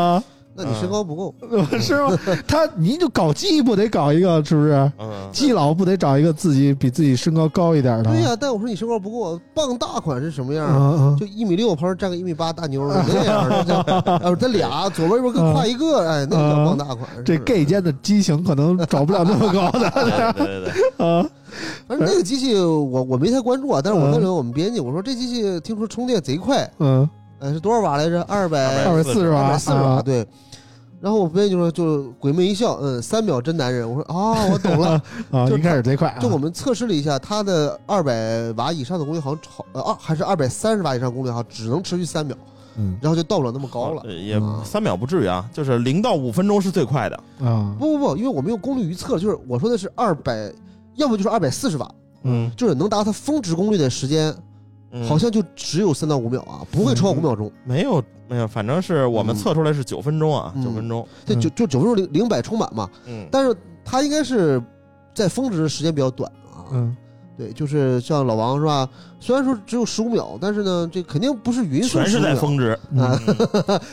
啊，那嗯你身高不够，是吗？他您就搞基不得搞一个，是不是？嗯，基佬不得找一个自己比自己身高高一点的？对呀、但我说你身高不够，傍大款是什么样？啊？嗯，嗯就一米六旁边站个一米八大妞儿，那样 儿，这啊，他俩左边右边各跨一个，哎，那叫傍大款。是嗯这 gay 间的畸形可能找不了那么高的对对对对，啊。反正那个机器我我没太关注啊，但是我问了我们编辑，我说这机器听说充电贼快， 嗯，呃，是多少瓦来着？二百二百四十二瓦，百四十瓦，啊对。然后我编辑就说，就鬼魅一笑，嗯，三秒真男人。我说啊，我懂 了。啊，就一开始贼快啊，就我们测试了一下，它的二百瓦以上的功率好像超呃啊，还是二百三十瓦以上功率好像只能持续三秒，嗯然后就到不了那么高了。呃也嗯三秒不至于啊，就是零到五分钟是最快的，啊，不不不，因为我们用功率预测，就是我说的是二百，要么就是二百四十瓦，嗯，就是能达到它峰值功率的时间，嗯好像就只有三到五秒啊，不会超过嗯五秒钟。没有没有，反正是我们嗯测出来是九分钟啊，嗯九分钟，对，嗯就就九分钟零零百充满嘛，嗯，但是它应该是在峰值的时间比较短啊。嗯，对，就是像老王是吧？虽然说只有十五秒，但是呢，这肯定不是匀速全是15在秒，峰值，啊嗯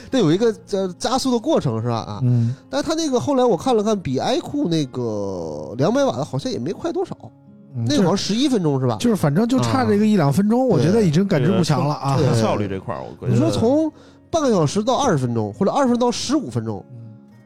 得有一个呃加速的过程是吧？啊，嗯但是它那个后来我看了看，比 iQOO 那个两百瓦的好像也没快多少，嗯，那个好像十一分钟是吧？就是反正就差这个一两分钟，我觉得已经感知不强了啊这。个对效率这块儿，我觉得你说从半个小时到二十分钟，或者二十分钟到十五分钟，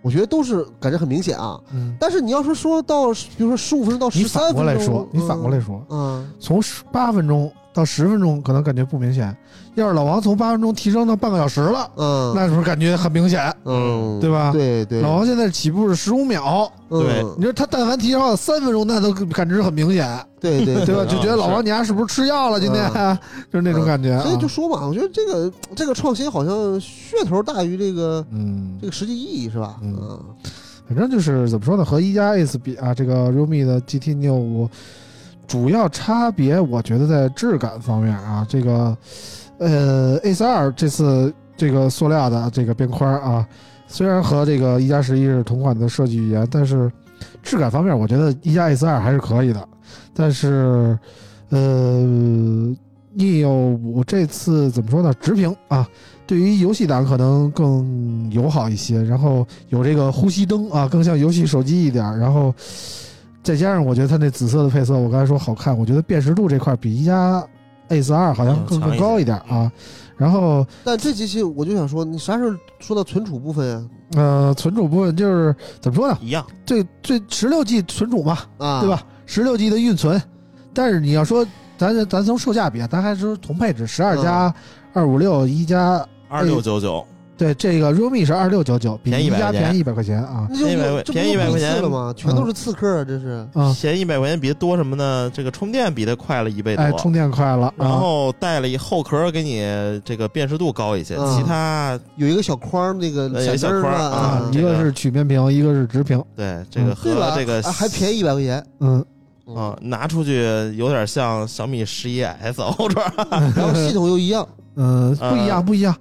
我觉得都是感觉很明显啊。嗯，但是你要是说到，比如说十五分钟到你十反三分过钟，来说，你反过来说，嗯，从十八分钟到十分钟可能感觉不明显，要是老王从八分钟提升到半个小时了，嗯嗯那是不是感觉很明显？嗯，对吧对对，老王现在起步是十五秒，对嗯你说他但凡提高了三分钟，那都感知很明显， 对对 啊对吧？嗯就觉得老王你丫是不是吃药了？今天、 就是那种感觉、啊。嗯所以就说嘛，我觉得这个这个创新好像噱头大于这个嗯这，个实际意义是吧？嗯嗯反正就是怎么说呢，和一加 S 比啊，这个 realme 的 GT Neo 五主要差别，我觉得在质感方面啊，这个呃 S 二这次这个塑料的这个边框啊，虽然和这个一加十一是同款的设计语言，但是质感方面，我觉得一加 S 二还是可以的，但是呃 Neo 五这次怎么说呢，直屏啊。对于游戏党可能更友好一些，然后有这个呼吸灯啊，更像游戏手机一点儿。然后再加上我觉得它那紫色的配色，我刚才说好看，我觉得辨识度这块比一加 S 二好像更嗯强一更些高一点儿啊。然后但这机器我就想说，你啥时候说到存储部分呀？呃，存储部分就是怎么说呢？一样，最最十六 G 存储嘛，啊，对？吧？十六 G 的运存，但是你要说咱咱从售价比啊，咱还是同配置，十二嗯加二五六一加，二六九九，对这个 realme 是二六九九，比便宜一100加块钱便宜一百块钱啊那就便宜用百这不便宜用百比块次钱了吗？全嗯都是刺客啊，这是。啊！便宜一百块钱比它多什么呢？这个充电比它快了一倍哎，多。充电快了，然啊后带了一后壳，给你这个辨识度高一些，嗯其他有一个小框，那个呃有一小小灯儿框嘛啊啊，啊一这个个是曲面屏，一个是直屏，对这个对吧和？这个啊还便宜一百块钱，嗯，啊，拿出去有点像小米十一 S Ultra， 然后系统又 一样，嗯，不一样，不一样。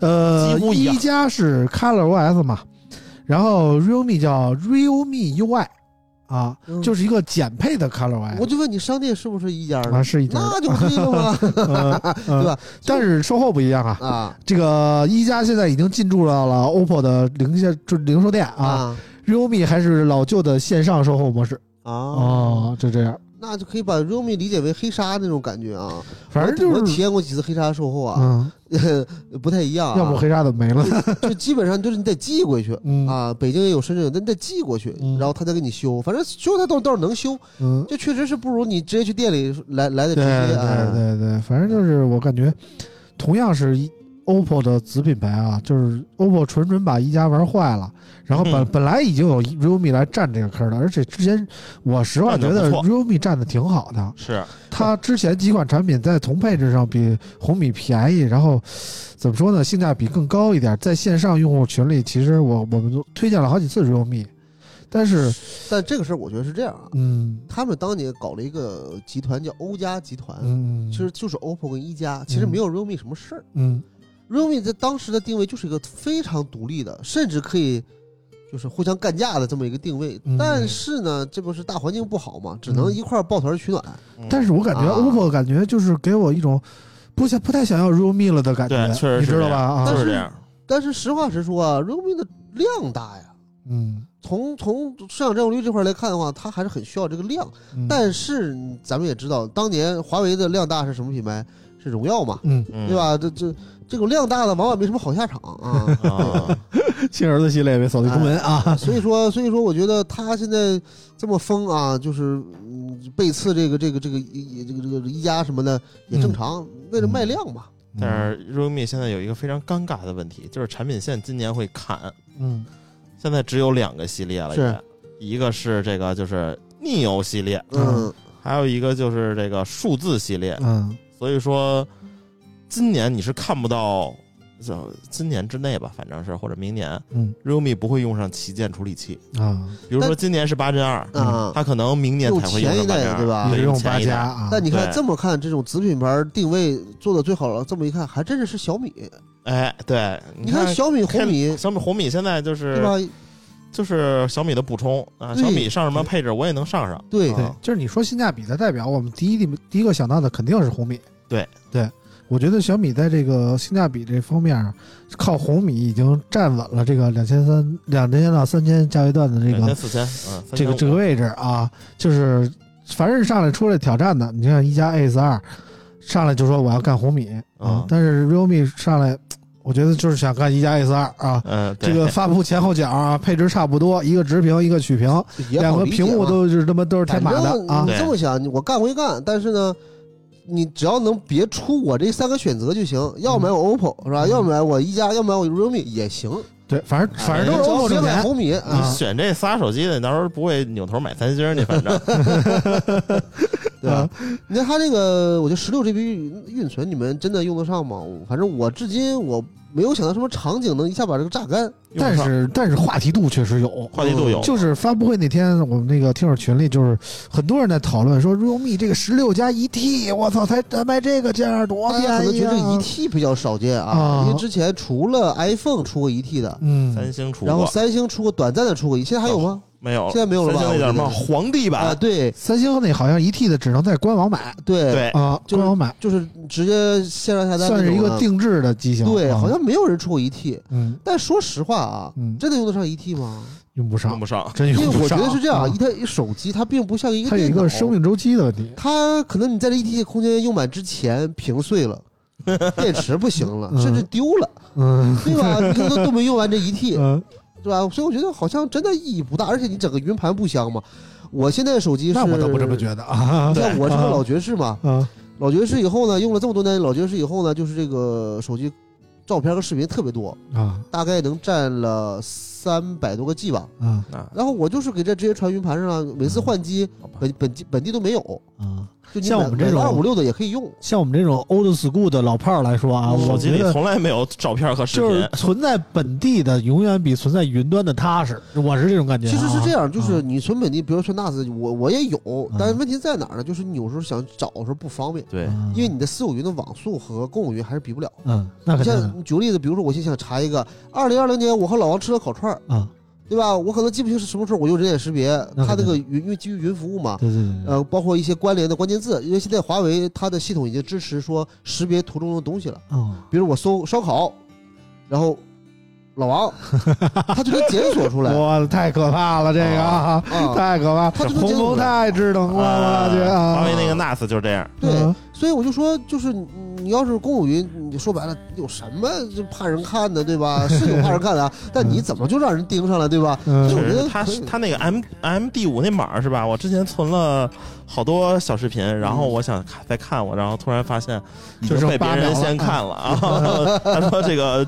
呃，呃几乎一样一加是 Color OS 嘛，然后 Realme 叫 Realme UI 啊，嗯就是一个减配的 Color OS 我就问你，商店是不是一家啊，的？哎是一家，那就黑了 吗？呃 对吧？但是售后不一样啊，啊这个一加现在已经进驻到了 OPPO 的零线就零售店啊啊，Realme 还是老旧的线上售后模式啊！哦，就这样，那就可以把 realme 理解为黑鲨那种感觉啊。反正我就体是验过几次黑鲨售后啊，嗯，不太一样啊。啊要不黑鲨怎么没了？就基本上就是你得寄过去嗯啊，北京也有，深圳有，但你得寄过去嗯，然后他再给你修。反正修他倒倒是能修，嗯，这确实是不如你直接去店里来来的直对接对啊。对对，反正就是我感觉，同样是一 OPPO 的子品牌啊，就是 OPPO 纯纯把一加玩坏了，然后本、嗯本来已经有 realme 来占这个坑了，而且之前我实话觉占得得不错 realme 占的挺好的， 是它之前几款产品在同配置上比红米便宜，然后怎么说呢，性价比更高一点，在线上用户群里，其实我我们都推荐了好几次 realme。但是，但这个事儿我觉得是这样啊，嗯他们当年搞了一个集团叫欧家集团，嗯，其实就是 OPPO 跟一加，其实嗯没有 realme 什么事儿。嗯 realme 在当时的定位就是一个非常独立的，甚至可以就是互相干架的这么一个定位。嗯但是呢，这不是大环境不好嘛，只能嗯一块儿抱团取暖。嗯但是我感觉啊 OPPO 感觉就是给我一种不想不太想要 realme 了的感觉，对确实你是知道吧？就啊，但是是这样，但是实话实说啊，realme 的量大呀，嗯，从从市场占有率这块来看的话，它还是很需要这个量。嗯但是咱们也知道，当年华为的量大是什么品牌？是荣耀嘛，嗯，嗯对？吧？这这这种量大的往往没什么好下场啊。 啊，亲儿子系列也扫地出门啊，所 以说，所以说，我觉得他现在这么疯啊，就是嗯背刺这个这个这个一这个这个一加什么的也嗯正常，为了卖量嘛。但是 realme 现在有一个非常尴尬的问题，就是产品线今年会砍，嗯现在只有两个系列了，是也一个是这个就是 neo 系列，嗯嗯，还有一个就是这个数字系列，嗯所以说今年你是看不到。就今年之内吧，反正是或者明年嗯，realme 不会用上旗舰处理器。啊，比如说但今年是八针二，啊它可能明年才会用上八针用前一二，代对吧一直对用前八一代加啊，但你看对这么看，这种子品牌定位做的最好了，这么一看，还真的是小米。哎，对，你看小米、开红米，小米、红米现在就对是吧？就是小米的补充啊，对小米上什么配置我也能上上，对啊对，就是你说性价比的代表，我们第一地第一个想到的肯定是红米。对对，我觉得小米在这个性价比这方面儿，靠红米已经站稳了这个两千三、两千到三千价位段的这两千个四千，嗯，这个这个位置啊，就是凡是上来出来挑战的，你像一加 S 二上来就说我要干红米啊嗯，但是 realme 上来，我觉得就是想干一加 S 二啊。嗯，对这个发布前后脚啊，配置差不多，一个直屏，一个曲屏，也两好个理解屏幕嘛都是他妈都是天反马正的啊你对这么想，你我干归干，但是呢，你只要能别出我这三个选择就行。要买我 OPPO 是吧？嗯要买我一加，要买我 realme 也行。对，反正反正你都是 OPPO 只要别挣买钱。红米你啊，选这仨手机的，你到时候不会扭头买三星去，反正对啊吧？你看它这个，我觉得十六 GB 运运存，你们真的用得上吗？我反正我至今我没有想到什么场景能一下把这个榨干。 但用不上是但是话题度确实有，话题度哦有，就是发布会那天，我们那个听友群里就是很多人在讨论说，realme 这个十六加一 T，我操，才才卖这个价多大家可便能宜觉啊！得一 T 比较少见啊啊，因为之前除了 iPhone 出过一 E T 的，三嗯，星出然后过三星出过短暂的出过一，现在还有吗？没有？现在没有了吧三星那叫什么我觉得皇帝啊，版？对三星那好像一 T 的只能在官网买对对，啊，哎就是官网买就是直接线上下单，啊算是一个。定制的机型，对，啊好像没有人出过一 E T，嗯但说实话啊，嗯真的用得上一 T 吗？用不用上不，上，真因为用不我觉上。得是这样，啊一台手机它并不像一个它有一电脑个生命周期的问题，它可能你在这一 E T 空间用满之前屏碎 了，电池不行了，嗯甚至丢 了，嗯对 吧？你可能都都没用完这一 T，嗯，对吧？所以我觉得好像真的意义不大，而且你整个云盘不香嘛。我现在的手机是，那我倒不这么觉 得啊你看我是个啊老爵士嘛，啊，老爵士以后呢，用了这么多年老爵士以后呢，就是这个手机照片和视频特别多，啊大概能占了三百多个 G 吧。啊啊然后我就是给这直接传云盘上了，每次换机好吧本本地本地都没有，啊！就像我们这种二五六的也可以用。像我们这种 old school 的老炮儿来说啊，嗯我手机觉里得从来没有照片和视就是频，存在本地的永远比存在云端的踏实，我是这种感觉啊。其实是这样，就是啊你存本地，比如说 NAS，我我也有嗯，但是问题在哪儿呢？就是你有时候想找的时候不方便，对，嗯因为你的私有云的网速和公有云还是比不了。嗯，那肯定像的你举个例子，比如说我现在想查一个二零二零年我和老王吃的烤串儿，啊，对吧？我可能记不清是什么时候，我用人脸识别，那它肯定那个云因为基于云服务嘛，对对对对，呃，包括一些关联的关键字，因为现在华为它的系统已经支持说识别图中的东西了，哦，比如我搜烧烤，然后 老王，它就能检索出来啊，哇，太可怕了，这个啊，太可怕，它就能鸿检索蒙出来。太智能了，我去啊华啊为那个 NAS 就是这样，对嗯，所以我就说，就是你你要是公有云，你说白了有什么就怕人看的，对吧？是有怕人看的啊，但你怎么就让人盯上了，对吧？嗯就确我觉实，得他可以他那个 M M D 五那码儿是吧？我之前存了好多小视频，然后我想看再看我，然后突然发现已嗯就经剩被别八秒人了先看啊 了啊。他说这个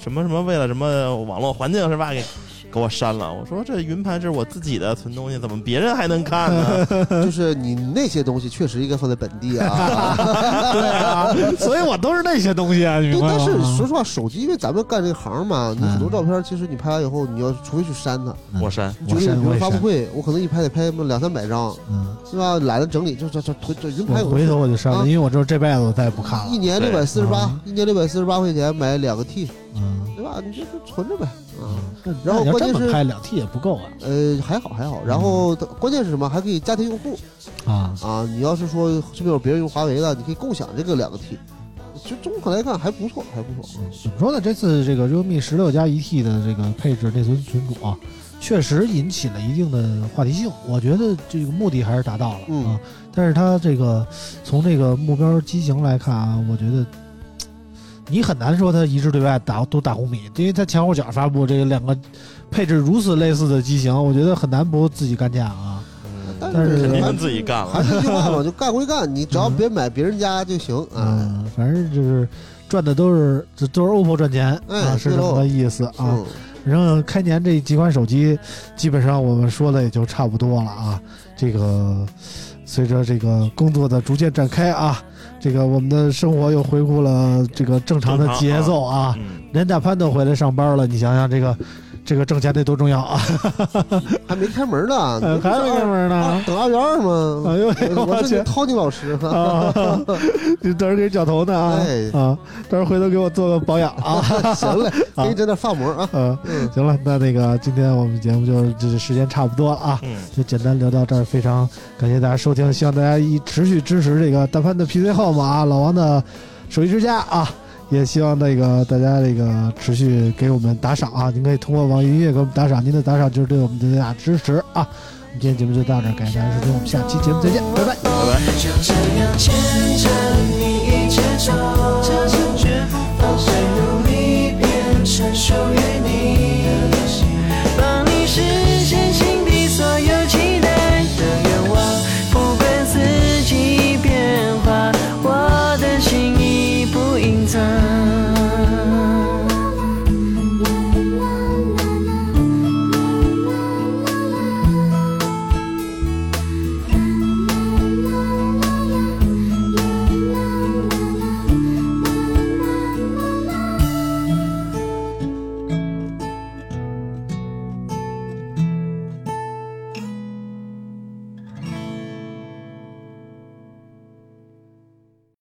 什么什么为了什么网络环境是吧？给给我删了。我说这云盘是我自己的存东西，怎么别人还能看 呢？就是你那些东西确实应该放在本地 啊。对啊， 所以我都是那些东西啊，嗯你对，明白吗？但是说实话，手机因为咱们干这个行嘛，你很多照片其实你拍完以后，你要除非去删它。我删，就我是删比我如也发布删，会，我可能一拍得拍那么两三百张，嗯，是吧？懒得整理，就就就就就云拍我有回头我就删啊了，因为我知道这辈子我再也不看一了。年对六百四十八啊，一年六百四十八块钱买两个 T，嗯，对吧？你就就存着呗，啊。那然后你要关这键么是拍两 T 也不够啊呃，还好还好，然后嗯它关键是什么？还可以家庭用户啊！啊！你要是说身边有别人用华为的，你可以共享这个两个 T，就综合来看还不错，还不错。怎么说呢？这次这个 realme 十六加一 T 的这个配置内存存储啊，确实引起了一定的话题性。我觉得这个目的还是达到了、嗯啊。但是它这个从这个目标机型来看啊，我觉得嘖你很难说它一致对外打都打红米，因为它前后脚发布这个两个配置如此类似的机型，我觉得很难不自己干架啊。但但是肯还定自己干还了。是那句话 嘛，就干归干，你只要别买别人家就行啊。嗯，反正就是赚的都是这都是 OPPO 赚钱、哎啊，是对这么喽个意思啊。嗯，然后开年这几款手机，基本上我们说的也就差不多了啊。这个随着这个工作的逐渐展开啊，这个我们的生活又恢复了这个正常的节奏啊。嗯，连大潘都回来上班了，你想想这个这个挣钱得多重要啊！还没开门 呢，呃 还没开门呢啊，等二月 哎二吗？呦我 我是去你 Tony 老师，啊！ 你到时候给绞头呢啊哎啊！到时候回头给我做个保养啊！ 行嘞，啊给你整点发膜啊。嗯，行了，那那个今天我们节目就这时间差不多了啊。嗯，就简单聊到这儿，非常感谢大家收听，希望大家一持续支持这个大潘的 PC Home 啊，老王的手机之家啊，也希望那个大家这个持续给我们打赏啊，您可以通过网易音乐给我们打赏，您的打赏就是对我们的最大支持啊。我们今天节目就到这儿，感谢大家收听，我们下期节目再见，拜拜。就这样牵着